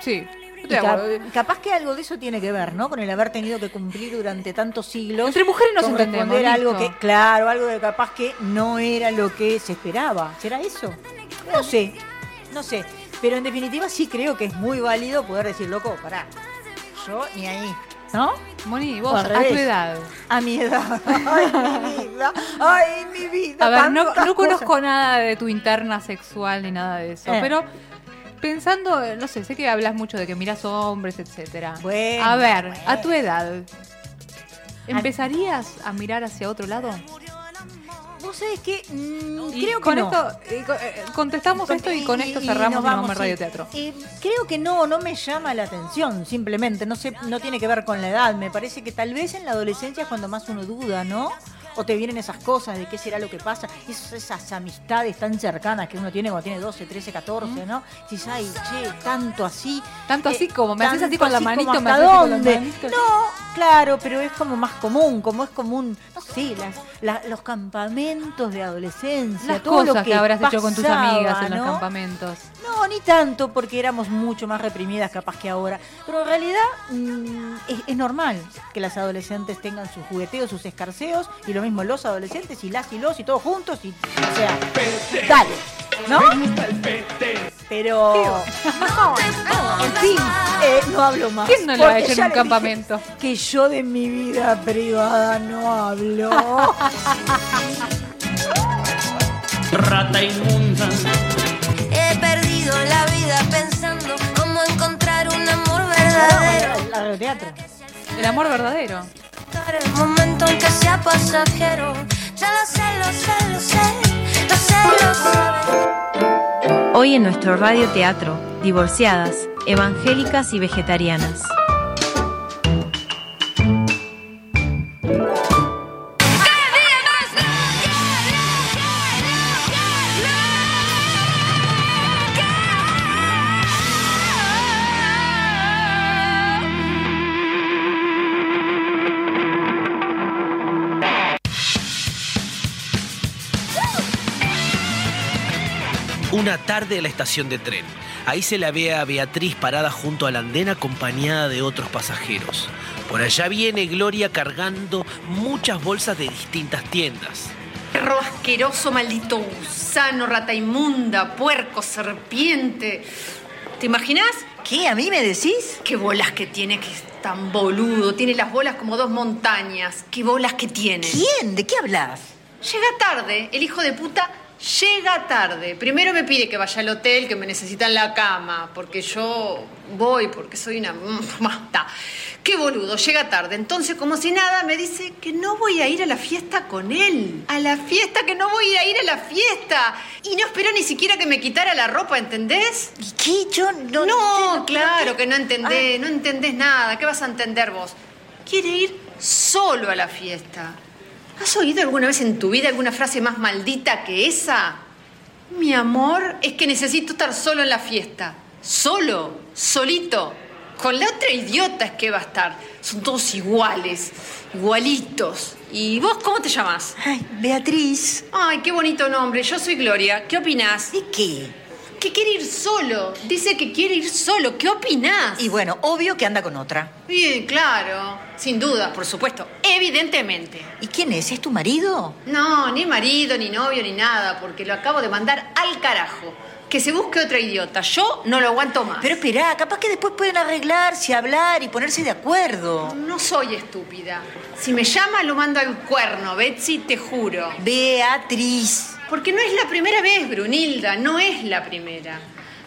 Sí,
Y
yo estoy de
ca-
acuerdo.
capaz que algo de eso tiene que ver, ¿no? Con el haber tenido que cumplir durante tantos siglos.
Entre mujeres nos
con
entendemos,
responder algo
listo.
que, claro, algo de capaz que no era lo que se esperaba. ¿Será eso? No sé, no sé. Pero en definitiva sí creo que es muy válido poder decir, loco, pará, yo ni ahí, ¿no?
Moni,
O
vos,
al
a tu
revés.
edad.
A mi edad. Ay, mi vida. Ay, mi vida.
A ver, no,
tantas
no
cosas.
conozco nada de tu interna sexual ni nada de eso,
Eh.
pero pensando, eh, no sé, sé que hablas mucho de que miras hombres, etcétera.
Bueno,
a ver,
bueno.
a tu edad, ¿empezarías a mirar hacia otro lado?
Vos sabés que mm,
Y
creo que
con
no.
esto eh, co- eh, contestamos esto y con esto
y
cerramos
nos
el Mamá
sí.
Radio Teatro.
Eh, creo que no, no me llama la atención, simplemente. No sé, no tiene que ver con la edad. Me parece que tal vez en la adolescencia es cuando más uno duda, ¿no? O te vienen esas cosas de qué será lo que pasa. Esas, esas amistades tan cercanas que uno tiene cuando tiene 12, 13, 14, ¿no? Dices, ay, che, tanto así. Eh,
Tanto así como, me haces así
tanto
con la
así como
manito, me
¿hasta
haces así con la
dónde?
manito.
No, claro, pero es como más común, como es común, no sé, las, la- los campamentos de adolescencia,
Las
todo
cosas
lo
que, habrás hecho con tus
pasaba,
amigas en los
¿no?
campamentos.
No, ni tanto, porque éramos mucho más reprimidas capaz que ahora. Pero en realidad mm, es, es normal que las adolescentes tengan sus jugueteos, sus escarceos, y lo mismo los adolescentes, y las y los, y todos juntos, y o sea, dale, ¿no? Pero, no, no, en fin, eh, no hablo más.
¿Quién no lo ha
porque
hecho
ya
en un
les
campamento?
dije Que yo de mi vida privada no hablo.
Rata inmunda.
He perdido la vida pensando cómo encontrar un amor verdadero. verdadero.
El amor verdadero.
El momento en que sea pasajero. Ya lo sé, lo sé, lo sé. Lo sé, lo sé.
Hoy en nuestro radioteatro, divorciadas, evangélicas y vegetarianas.
Una tarde en la estación de tren. Ahí se la ve a Beatriz parada junto a la andena acompañada de otros pasajeros. Por allá viene Gloria cargando muchas bolsas de distintas tiendas.
Perro asqueroso, maldito gusano, rata inmunda, puerco, serpiente. ¿Te imaginas? ¿Qué? ¿A mí me decís? ¿Qué bolas que tiene, que es tan boludo? Tiene las bolas como dos montañas. ¿Qué bolas que tiene?
¿Quién? ¿De qué hablas?
Llega tarde, el hijo de puta llega tarde. Primero me pide que vaya al hotel, que me necesitan la cama, porque yo voy, porque soy una... Basta. Qué boludo, llega tarde. Entonces, como si nada, me dice que no voy a ir a la fiesta con él. A la fiesta, que no voy a ir a la fiesta. Y no esperó ni siquiera que me quitara la ropa, ¿entendés? ¿Y qué? Yo no... Ah. No, claro que no entendés, no entendés nada. ¿Qué vas a entender vos? Quiere ir solo a la fiesta. ¿Has oído alguna vez en tu vida alguna frase más maldita que esa? Mi amor, es que necesito estar solo en la fiesta. Solo, solito. Con la otra idiota es que va a estar. Son todos iguales, igualitos. ¿Y vos cómo te llamás? Ay, Beatriz. Ay, qué bonito nombre. Yo soy Gloria. ¿Qué opinás? ¿Y qué? Que quiere ir solo. Dice que quiere ir solo. ¿Qué opinás?
Y bueno, obvio que anda con otra.
Bien, claro. Sin duda, por supuesto. Evidentemente.
¿Y quién es? ¿Es tu marido?
No, ni marido, ni novio, ni nada, porque lo acabo de mandar al carajo. Que se busque otra idiota. Yo no lo aguanto más.
Pero esperá, capaz que después pueden arreglarse, hablar y ponerse de acuerdo.
No soy estúpida. Si me llama, lo mando al cuerno, Betsy, te juro.
Beatriz.
Porque no es la primera vez, Brunilda, no es la primera.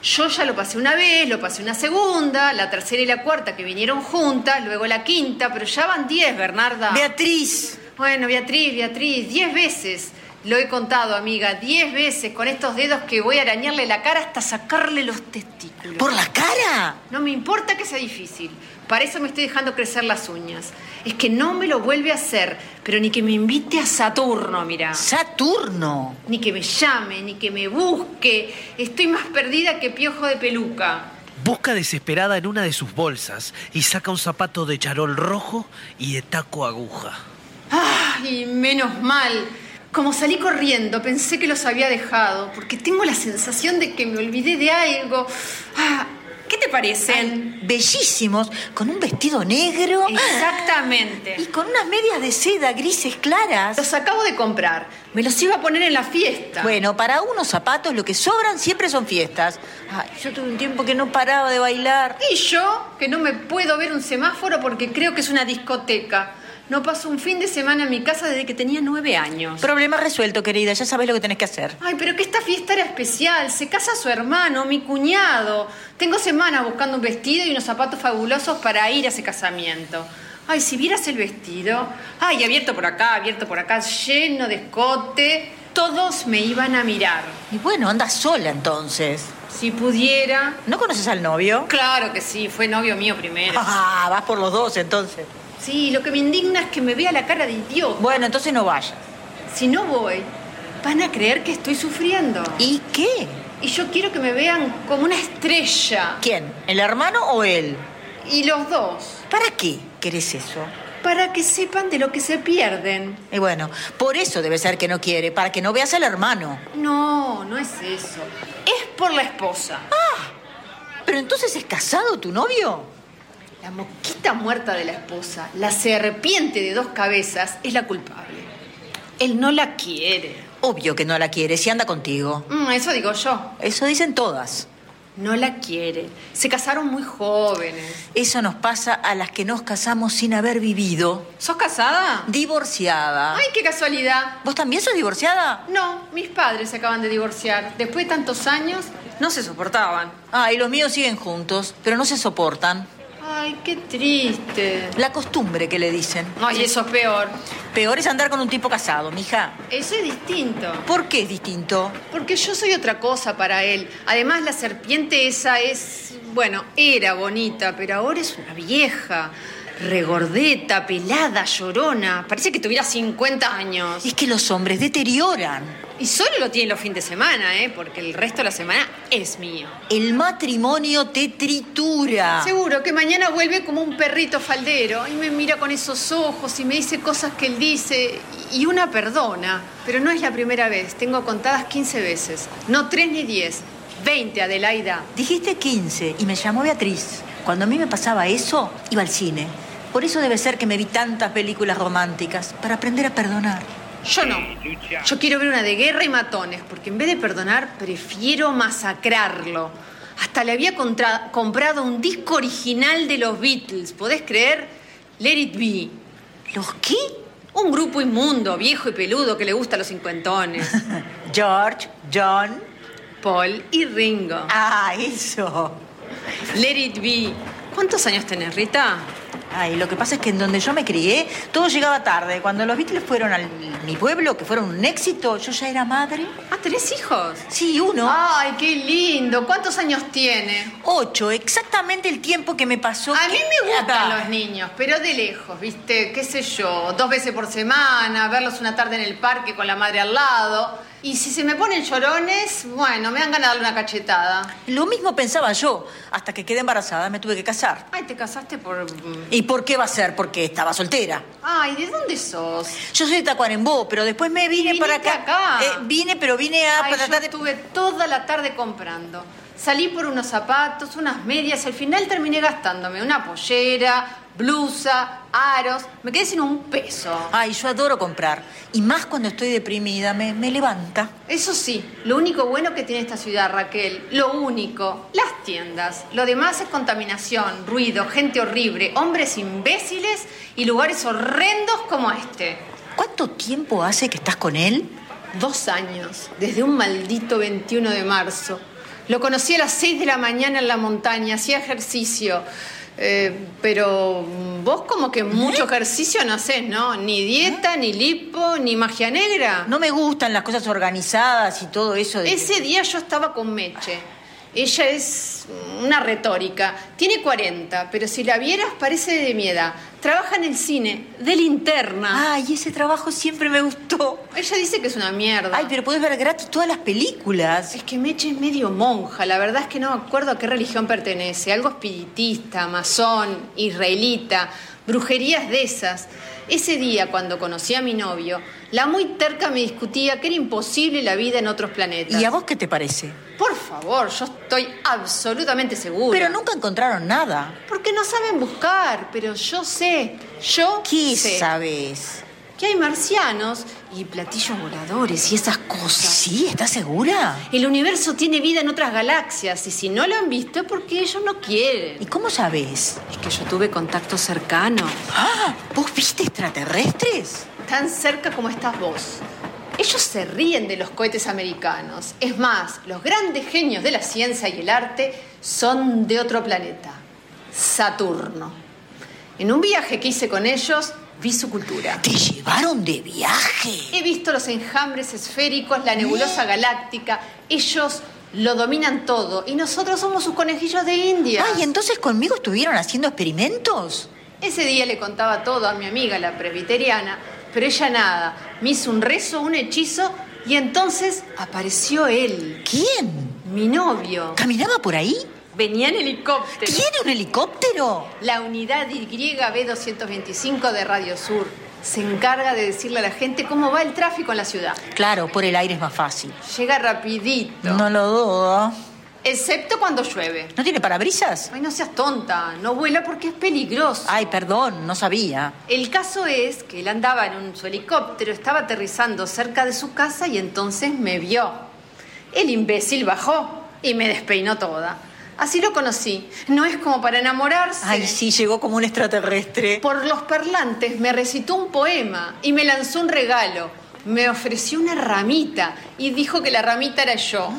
Yo ya lo pasé una vez, lo pasé una segunda, la tercera y la cuarta que vinieron juntas, luego la quinta, pero ya van diez, Bernarda. Beatriz. Bueno, Beatriz, Beatriz, diez veces. Lo he contado, amiga, diez veces con estos dedos que voy a arañarle la cara hasta sacarle los testículos.
¿Por la cara?
No me importa que sea difícil. Para eso me estoy dejando crecer las uñas. Es que no me lo vuelve a hacer, pero ni que me invite a Saturno, mira.
Saturno.
Ni que me llame, ni que me busque. Estoy más perdida que piojo de peluca.
Busca desesperada en una de sus bolsas y saca un zapato de charol rojo y de taco aguja.
Ay, menos mal. Como salí corriendo, pensé que los había dejado, porque tengo la sensación de que me olvidé de algo. Ah, ¿Qué te parecen?
Bellísimos, con un vestido negro.
Exactamente.
Y con unas medias de seda grises claras.
Los acabo de comprar. Me los iba a poner en la fiesta.
Bueno, para unos zapatos lo que sobran siempre son fiestas. Ay, yo tuve un tiempo que no paraba de bailar.
Y yo, que no me puedo ver un semáforo porque creo que es una discoteca. No paso un fin de semana en mi casa desde que tenía nueve años.
Problema resuelto, querida. Ya sabes lo que tenés que hacer.
Ay, pero que esta fiesta era especial. Se casa su hermano, mi cuñado. Tengo semanas buscando un vestido y unos zapatos fabulosos para ir a ese casamiento. Ay, si vieras el vestido. Ay, abierto por acá, abierto por acá, lleno de escote. Todos me iban a mirar.
Y bueno, andas sola entonces.
Si pudiera.
¿No conoces al novio?
Claro que sí, fue novio mío primero.
Ah, vas por los dos entonces.
Sí, lo que me indigna es que me vea la cara de idiota.
Bueno, entonces no vayas.
Si no voy, van a creer que estoy sufriendo.
¿Y qué?
Y yo quiero que me vean como una estrella.
¿Quién? ¿El hermano o él?
Y los dos.
¿Para qué querés eso?
Para que sepan de lo que se pierden.
Y bueno, por eso debe ser que no quiere, para que no veas al hermano.
No, no es eso. Es por la esposa.
Ah, Pero entonces es casado tu novio.
La mosquita muerta de la esposa, la serpiente de dos cabezas, es la culpable. Él no la quiere.
Obvio que no la quiere, si anda contigo.
Mm, eso digo yo.
Eso dicen todas.
No la quiere. Se casaron muy jóvenes.
Eso nos pasa a las que nos casamos sin haber vivido.
¿Sos casada?
Divorciada.
Ay, qué casualidad.
¿Vos también sos divorciada?
No, mis padres se acaban de divorciar. Después de tantos años, no se soportaban.
Ah, y los míos siguen juntos, pero no se soportan.
Ay, qué triste.
La costumbre que le dicen.
No, y eso es peor.
Peor es andar con un tipo casado, mija.
Eso es distinto.
¿Por qué es distinto?
Porque yo soy otra cosa para él. Además, la serpiente esa es, bueno, era bonita, pero ahora es una vieja. Regordeta, pelada, llorona. Parece que tuviera 50 años.
Es que los hombres deterioran.
Y solo lo tiene los fines de semana, ¿eh? Porque el resto de la semana es mío.
El matrimonio te tritura.
Seguro que mañana vuelve como un perrito faldero y me mira con esos ojos y me dice cosas que él dice y una perdona. Pero no es la primera vez, tengo contadas 15 veces. No 3 ni 10, 20 Adelaida.
Dijiste 15 y me llamó Beatriz. Cuando a mí me pasaba eso, iba al cine. Por eso debe ser que me vi tantas películas románticas, para aprender a perdonar.
Yo no. Yo quiero ver una de guerra y matones, porque en vez de perdonar, prefiero masacrarlo. Hasta le había contra- comprado un disco original de los Beatles, ¿podés creer? Let It Be.
¿Los qué?
Un grupo inmundo, viejo y peludo que le gusta a los cincuentones.
George, John.
Paul y Ringo.
Ah, eso.
Let It Be. ¿Cuántos años tenés, Rita?
Ay, lo que pasa es que en donde yo me crié, todo llegaba tarde. Cuando los Beatles fueron a mi pueblo, que fueron un éxito, yo ya era madre.
Ah, ¿tenés hijos?
Sí, uno.
Ay, qué lindo. ¿Cuántos años tiene?
Ocho, exactamente el tiempo que me pasó.
A
que-
mí me gustan
Ah,
los niños, pero de lejos, ¿viste? ¿Qué sé yo? Dos veces por semana, verlos una tarde en el parque con la madre al lado. Y si se me ponen llorones, bueno, me dan ganas de darle una cachetada.
Lo mismo pensaba yo, hasta que quedé embarazada, me tuve que casar.
Ay, te casaste por... mm.
¿Y por qué va a ser? Porque estaba soltera.
Ay, ¿de dónde sos?
Yo soy de Tacuarembó, pero después me vine para acá.
acá.
Eh, vine, pero vine a
Ay,
para tratar
yo estuve toda la tarde comprando. Salí por unos zapatos, unas medias, y al final terminé gastándome una pollera, blusa, aros. Me quedé sin un peso.
Ay, yo adoro comprar. Y más cuando estoy deprimida, me, me levanta.
Eso sí, lo único bueno que tiene esta ciudad, Raquel, lo único, las tiendas. Lo demás es contaminación, ruido, gente horrible, hombres imbéciles y lugares horrendos como este.
¿Cuánto tiempo hace que estás con él?
Dos años, desde un maldito 21 de marzo. Lo conocí a las 6 de la mañana en la montaña, hacía ejercicio. Eh, pero vos como que mucho ejercicio no haces, ¿no? Ni dieta, ni lipo, ni magia negra.
No me gustan las cosas organizadas y todo eso. De...
Ese día yo estaba con Meche. Ella es una retórica. Tiene 40, pero si la vieras parece de mi edad. Trabaja en el cine, de linterna.
Ay, ese trabajo siempre me gustó.
Ella dice que es una mierda.
Ay, pero podés ver gratis todas las películas.
Es que Meche es medio monja. La verdad es que no me acuerdo a qué religión pertenece. Algo espiritista, masón, israelita, brujerías de esas. Ese día, cuando conocí a mi novio, la muy terca me discutía que era imposible la vida en otros planetas.
¿Y a vos qué te parece?
Por favor, yo estoy absolutamente segura.
Pero nunca encontraron nada.
Porque no saben buscar, pero yo sé, yo
¿Qué
sé
sabes?
que hay marcianos y platillos voladores y esas cosas.
¿Sí? ¿Estás segura?
El universo tiene vida en otras galaxias y si no lo han visto es porque ellos no quieren.
¿Y cómo sabes?
Es que yo tuve contacto cercano,
¡Ah! ¿Vos viste extraterrestres?
tan cerca como estás vos. Ellos se ríen de los cohetes americanos. Es más, los grandes genios de la ciencia y el arte son de otro planeta, Saturno. En un viaje que hice con ellos, vi su cultura.
¿Te llevaron de viaje? ¿Eh?
He visto los enjambres esféricos, la nebulosa galáctica. Ellos lo dominan todo y nosotros somos sus conejillos de India.
Ay, entonces conmigo estuvieron haciendo experimentos.
Ese día le contaba todo a mi amiga, la presbiteriana, pero ella nada. Me hizo un rezo, un hechizo y entonces apareció él,
¿Quién?
mi novio.
¿Caminaba por ahí?
Venía en helicóptero.
¿Tiene un helicóptero?
La unidad YB225 de Radio Sur se encarga de decirle a la gente cómo va el tráfico en la ciudad.
Claro, por el aire es más fácil.
Llega rapidito,
No lo dudo.
excepto cuando llueve.
¿No tiene parabrisas?
Ay, no seas tonta, no vuela porque es peligroso.
Ay, perdón, no sabía.
El caso es que él andaba en un, su helicóptero, estaba aterrizando cerca de su casa y entonces me vio. El imbécil bajó y me despeinó toda. Así lo conocí. No es como para enamorarse.
Ay, sí, llegó como un extraterrestre.
Por los parlantes me recitó un poema y me lanzó un regalo. Me ofreció una ramita y dijo que la ramita era yo.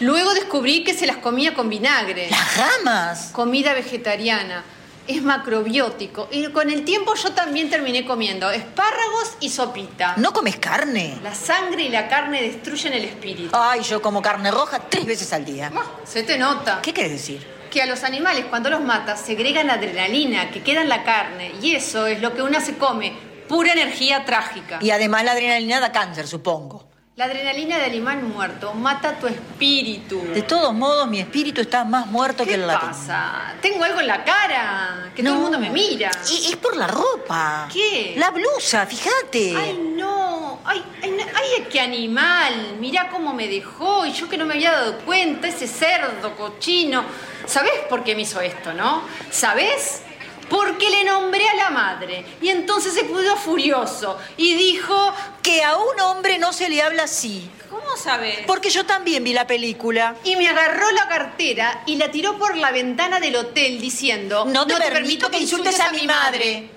Luego descubrí que se las comía con vinagre.
¡Las ramas!
Comida vegetariana. es macrobiótico. Y con el tiempo yo también terminé comiendo espárragos y sopita.
¿No comes carne?
La sangre y la carne destruyen el espíritu. Ah,
Ay, yo como carne roja tres veces al día.
Se te nota.
¿Qué quieres decir?
Que a los animales cuando los matas segregan adrenalina que queda en la carne y eso es lo que una se come, pura energía trágica.
Y además la adrenalina da cáncer, supongo.
La adrenalina del animal muerto mata tu espíritu.
De todos modos, mi espíritu está más muerto que el
¿Qué
latín.
pasa? Tengo algo en la cara, que todo el mundo me mira.
Y es por la ropa.
¿Qué?
La blusa, fíjate.
Ay, no. Ay, ay, no. ay, qué animal. Mirá cómo me dejó y yo que no me había dado cuenta, ese cerdo cochino. ¿Sabés por qué me hizo esto, no? ¿Sabés? Porque le nombré a la madre. Y entonces se puso furioso y dijo
que a un hombre no se le habla así.
¿Cómo sabés?
Porque yo también vi la película.
Y me agarró la cartera y la tiró por la ventana del hotel diciendo...
No te permito que insultes a mi madre".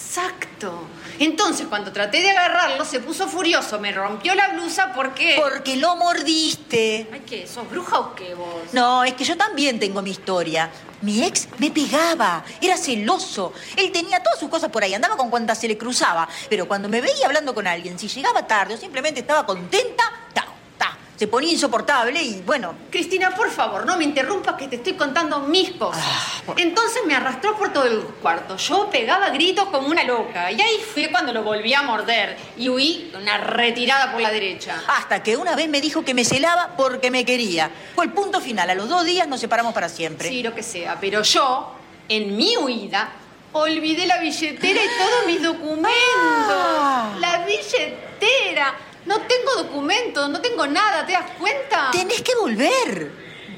Exacto. Entonces, cuando traté de agarrarlo, se puso furioso, me rompió la blusa porque...
Porque lo mordiste.
Ay, ¿qué? ¿Sos bruja o qué vos?
No, es que yo también tengo mi historia. Mi ex me pegaba, era celoso. Él tenía todas sus cosas por ahí, andaba con cuantas se le cruzaba. Pero cuando me veía hablando con alguien, si llegaba tarde o simplemente estaba contenta, ta, ta. Se ponía insoportable y bueno.
Cristina, por favor, no me interrumpas que te estoy contando mis cosas.
Ah,
Entonces me arrastró por todo el cuarto. Yo pegaba gritos como una loca. Y ahí fue cuando lo volví a morder. Y huí con una retirada por la derecha.
Hasta que una vez me dijo que me celaba porque me quería. Fue el punto final. A los dos días nos separamos para siempre.
Sí, lo que sea. Pero yo, en mi huida, olvidé la billetera y todos mis documentos.
Ah.
La billetera. No tengo documentos, no tengo nada, ¿te das cuenta?
Tenés que volver.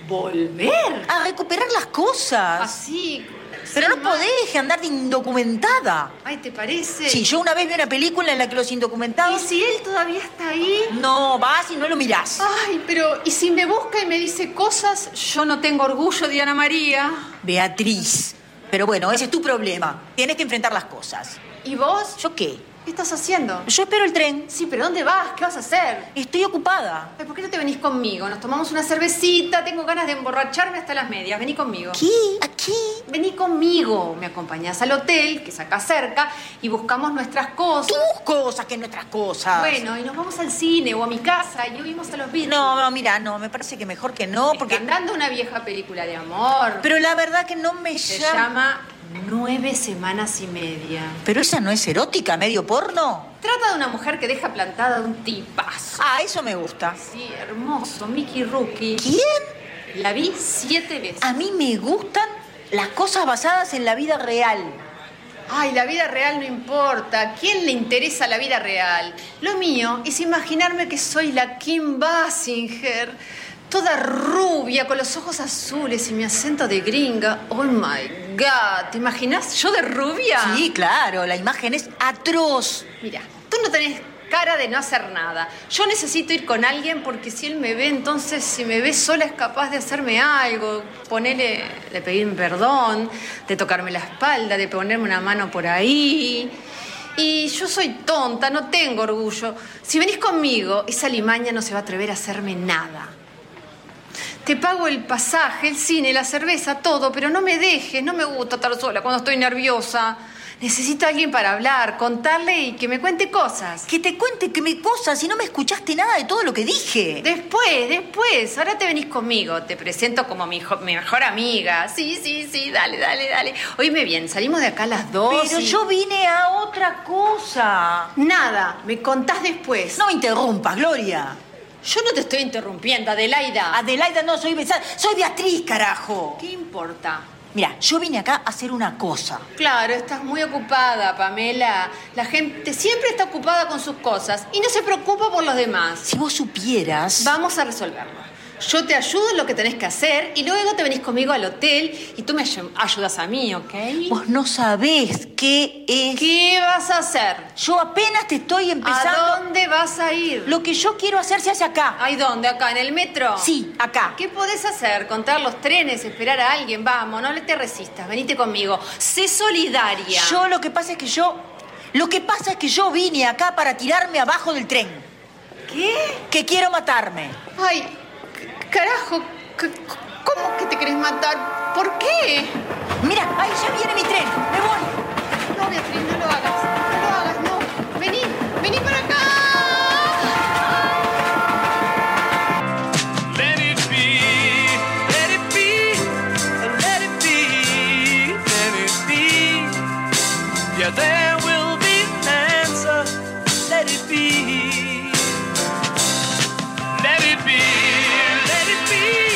¿Volver?
A recuperar las cosas.
Así.
Pero
sin
no
más.
podés andar de indocumentada.
Ay, ¿te parece?
Sí, yo una vez vi una película en la que los
¿Y
indocumentados...
si él todavía está ahí?
No, vas y no lo mirás.
Ay, pero ¿y si me busca y me dice cosas? Yo no tengo orgullo, Diana María.
Beatriz. Pero bueno, ese es tu problema. Tienes que enfrentar las cosas.
¿Y vos?
¿Yo qué?
¿Qué estás haciendo?
Yo espero el tren.
Sí, pero ¿dónde vas? ¿Qué vas a hacer?
Estoy ocupada.
Ay, ¿Por qué no te venís conmigo? Nos tomamos una cervecita, tengo ganas de emborracharme hasta las medias. Vení conmigo.
¿Qué? ¿Aquí?
Vení conmigo. Me acompañás al hotel, que es acá cerca, y buscamos nuestras cosas.
Tus cosas que nuestras cosas.
Bueno, y nos vamos al cine o a mi casa y oímos a los Beatles.
No, no, mira, no, me parece que mejor que no, porque...
Andando una vieja película de amor.
Pero la verdad que no me
Se
llama-
llama Nueve Semanas y Media.
Pero esa no es erótica, medio porno.
Trata de una mujer que deja plantada a un tipazo.
Ah, eso me gusta.
Sí, hermoso, Mickey Rookie.
¿Quién?
La vi siete veces.
A mí me gustan las cosas basadas en la vida real.
Ay, la vida real no importa. ¿A quién le interesa la vida real? Lo mío es imaginarme que soy la Kim Basinger, toda rubia, con los ojos azules y mi acento de gringa. Oh my God, ¿te imaginas yo de rubia?
Sí, claro, la imagen es atroz.
Mira, tú no tenés cara de no hacer nada. Yo necesito ir con alguien porque si él me ve, entonces si me ve sola es capaz de hacerme algo, ponerle, de pedirme perdón, de tocarme la espalda, de ponerme una mano por ahí. Y yo soy tonta, no tengo orgullo. Si venís conmigo, esa limaña no se va a atrever a hacerme nada. Te pago el pasaje, el cine, la cerveza, todo, pero no me dejes, no me gusta estar sola cuando estoy nerviosa. Necesito a alguien para hablar, contarle y que me cuente cosas.
Que te cuente que me cosas si no me escuchaste nada de todo lo que dije.
Después, después, ahora te venís conmigo, te presento como mi, jo- mi mejor amiga. Sí, sí, sí, dale, dale, dale. Oíme bien, salimos de acá a las dos.
Pero
y-
yo vine a otra cosa.
Nada, me contás después.
No me interrumpas, Gloria.
yo no te estoy interrumpiendo, Adelaida.
Adelaida no soy Besar, soy Beatriz, carajo.
¿Qué importa?
Mira, yo vine acá a hacer una cosa.
Claro, estás muy ocupada, Pamela. La gente siempre está ocupada con sus cosas y no se preocupa por los demás.
Si vos supieras.
Vamos a resolverlo. Yo te ayudo en lo que tenés que hacer y luego te venís conmigo al hotel y tú me ayu- ayudas a mí, ¿ok?
Vos no sabés qué es.
¿Qué vas a hacer?
Yo apenas te estoy
¿A
empezando.
dónde vas a ir?
Lo que yo quiero hacer se hace acá.
¿Ahí dónde? ¿Acá? ¿En el metro?
Sí, acá.
¿Qué podés hacer? ¿Contar los trenes? ¿Esperar a alguien? Vamos, no le te resistas. Venite conmigo. Sé solidaria.
Yo lo que pasa es que yo. Lo que pasa es que yo vine acá para tirarme abajo del tren.
¿Qué?
Que quiero matarme.
Ay, c- carajo, c- c- ¿cómo que te querés matar? ¿Por qué?
Mira, ahí ya viene mi tren. Me voy.
No, Beatriz, no lo hagas. No lo hagas, no. Vení, vení para acá.
Let it be, let it be, let it be, let it be. Yeah, there will be an answer. Let it be. Let it be, let it be.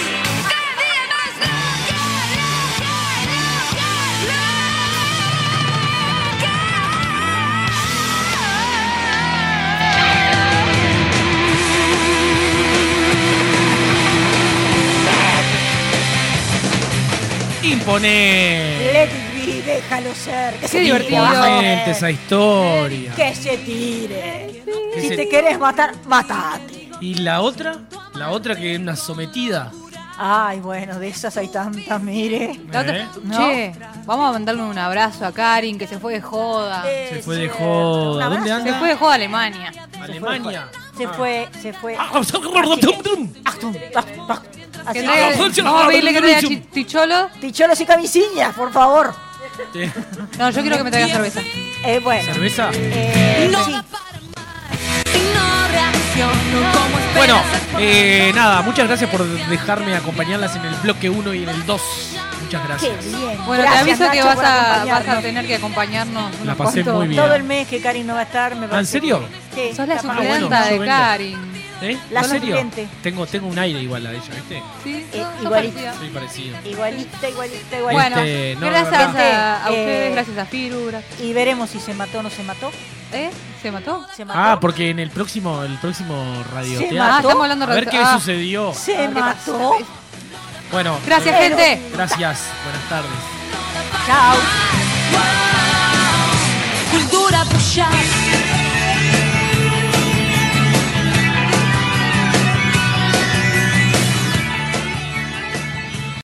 Imponer.
Let it be, déjalo ser. Que se tire.
Imponente esa historia.
Que se tire. Si te querés matar, matate.
¿Y la otra? La otra que es una sometida.
Ay, bueno, de esas hay tantas, mire.
La otra-
¿No?
¿Eh? Che, vamos a mandarle un abrazo a Karin que se fue de joda.
Eh,
Se fue de joda. ¿Dónde
Se fue
anda?
de joda a Alemania.
Alemania.
Se fue, se fue.
Que traiga- vamos a pedirle que traiga chi- ticholo.
Ticholos y camisillas, por favor.
No, yo quiero que me traiga cerveza.
Eh, bueno.
¿Cerveza?
Eh, sí.
Bueno, eh, nada, muchas gracias por dejarme acompañarlas en el bloque 1 y en el 2. Muchas gracias.
Bueno,
Gracias,
te aviso que
Nacho,
vas
por
a,
acompañarnos.
vas a tener que acompañarnos.
La pasé muy bien.
Todo el mes que Karin no va a estar, me
Ah, ¿En
parece.
serio?
Sí,
Sos la
capaz.
bueno,
suplenta
yo
de
vengo.
Karin.
¿Eh?
La
¿En serio?
suplente.
Tengo, tengo un aire igual a ella, ¿viste?
Sí,
Eh,
sos- sos
igualito.
parecida.
Soy parecido.
Igualita, igualita,
Bueno,
igualita.
Este, no,
gracias
de verdad.
a, a ustedes,
Eh,
gracias a Firu. gracias-
Y veremos si se mató o no se mató.
¿Eh? ¿Se mató?
Se mató.
Ah, porque en el próximo, el próximo radio.
Se mató. Ah, estamos hablando
A ver
radio-
qué
ah.
sucedió.
Se
A ver qué
mató.
pasa.
Bueno.
Gracias,
eh,
gente.
Gracias. Buenas tardes.
Chao.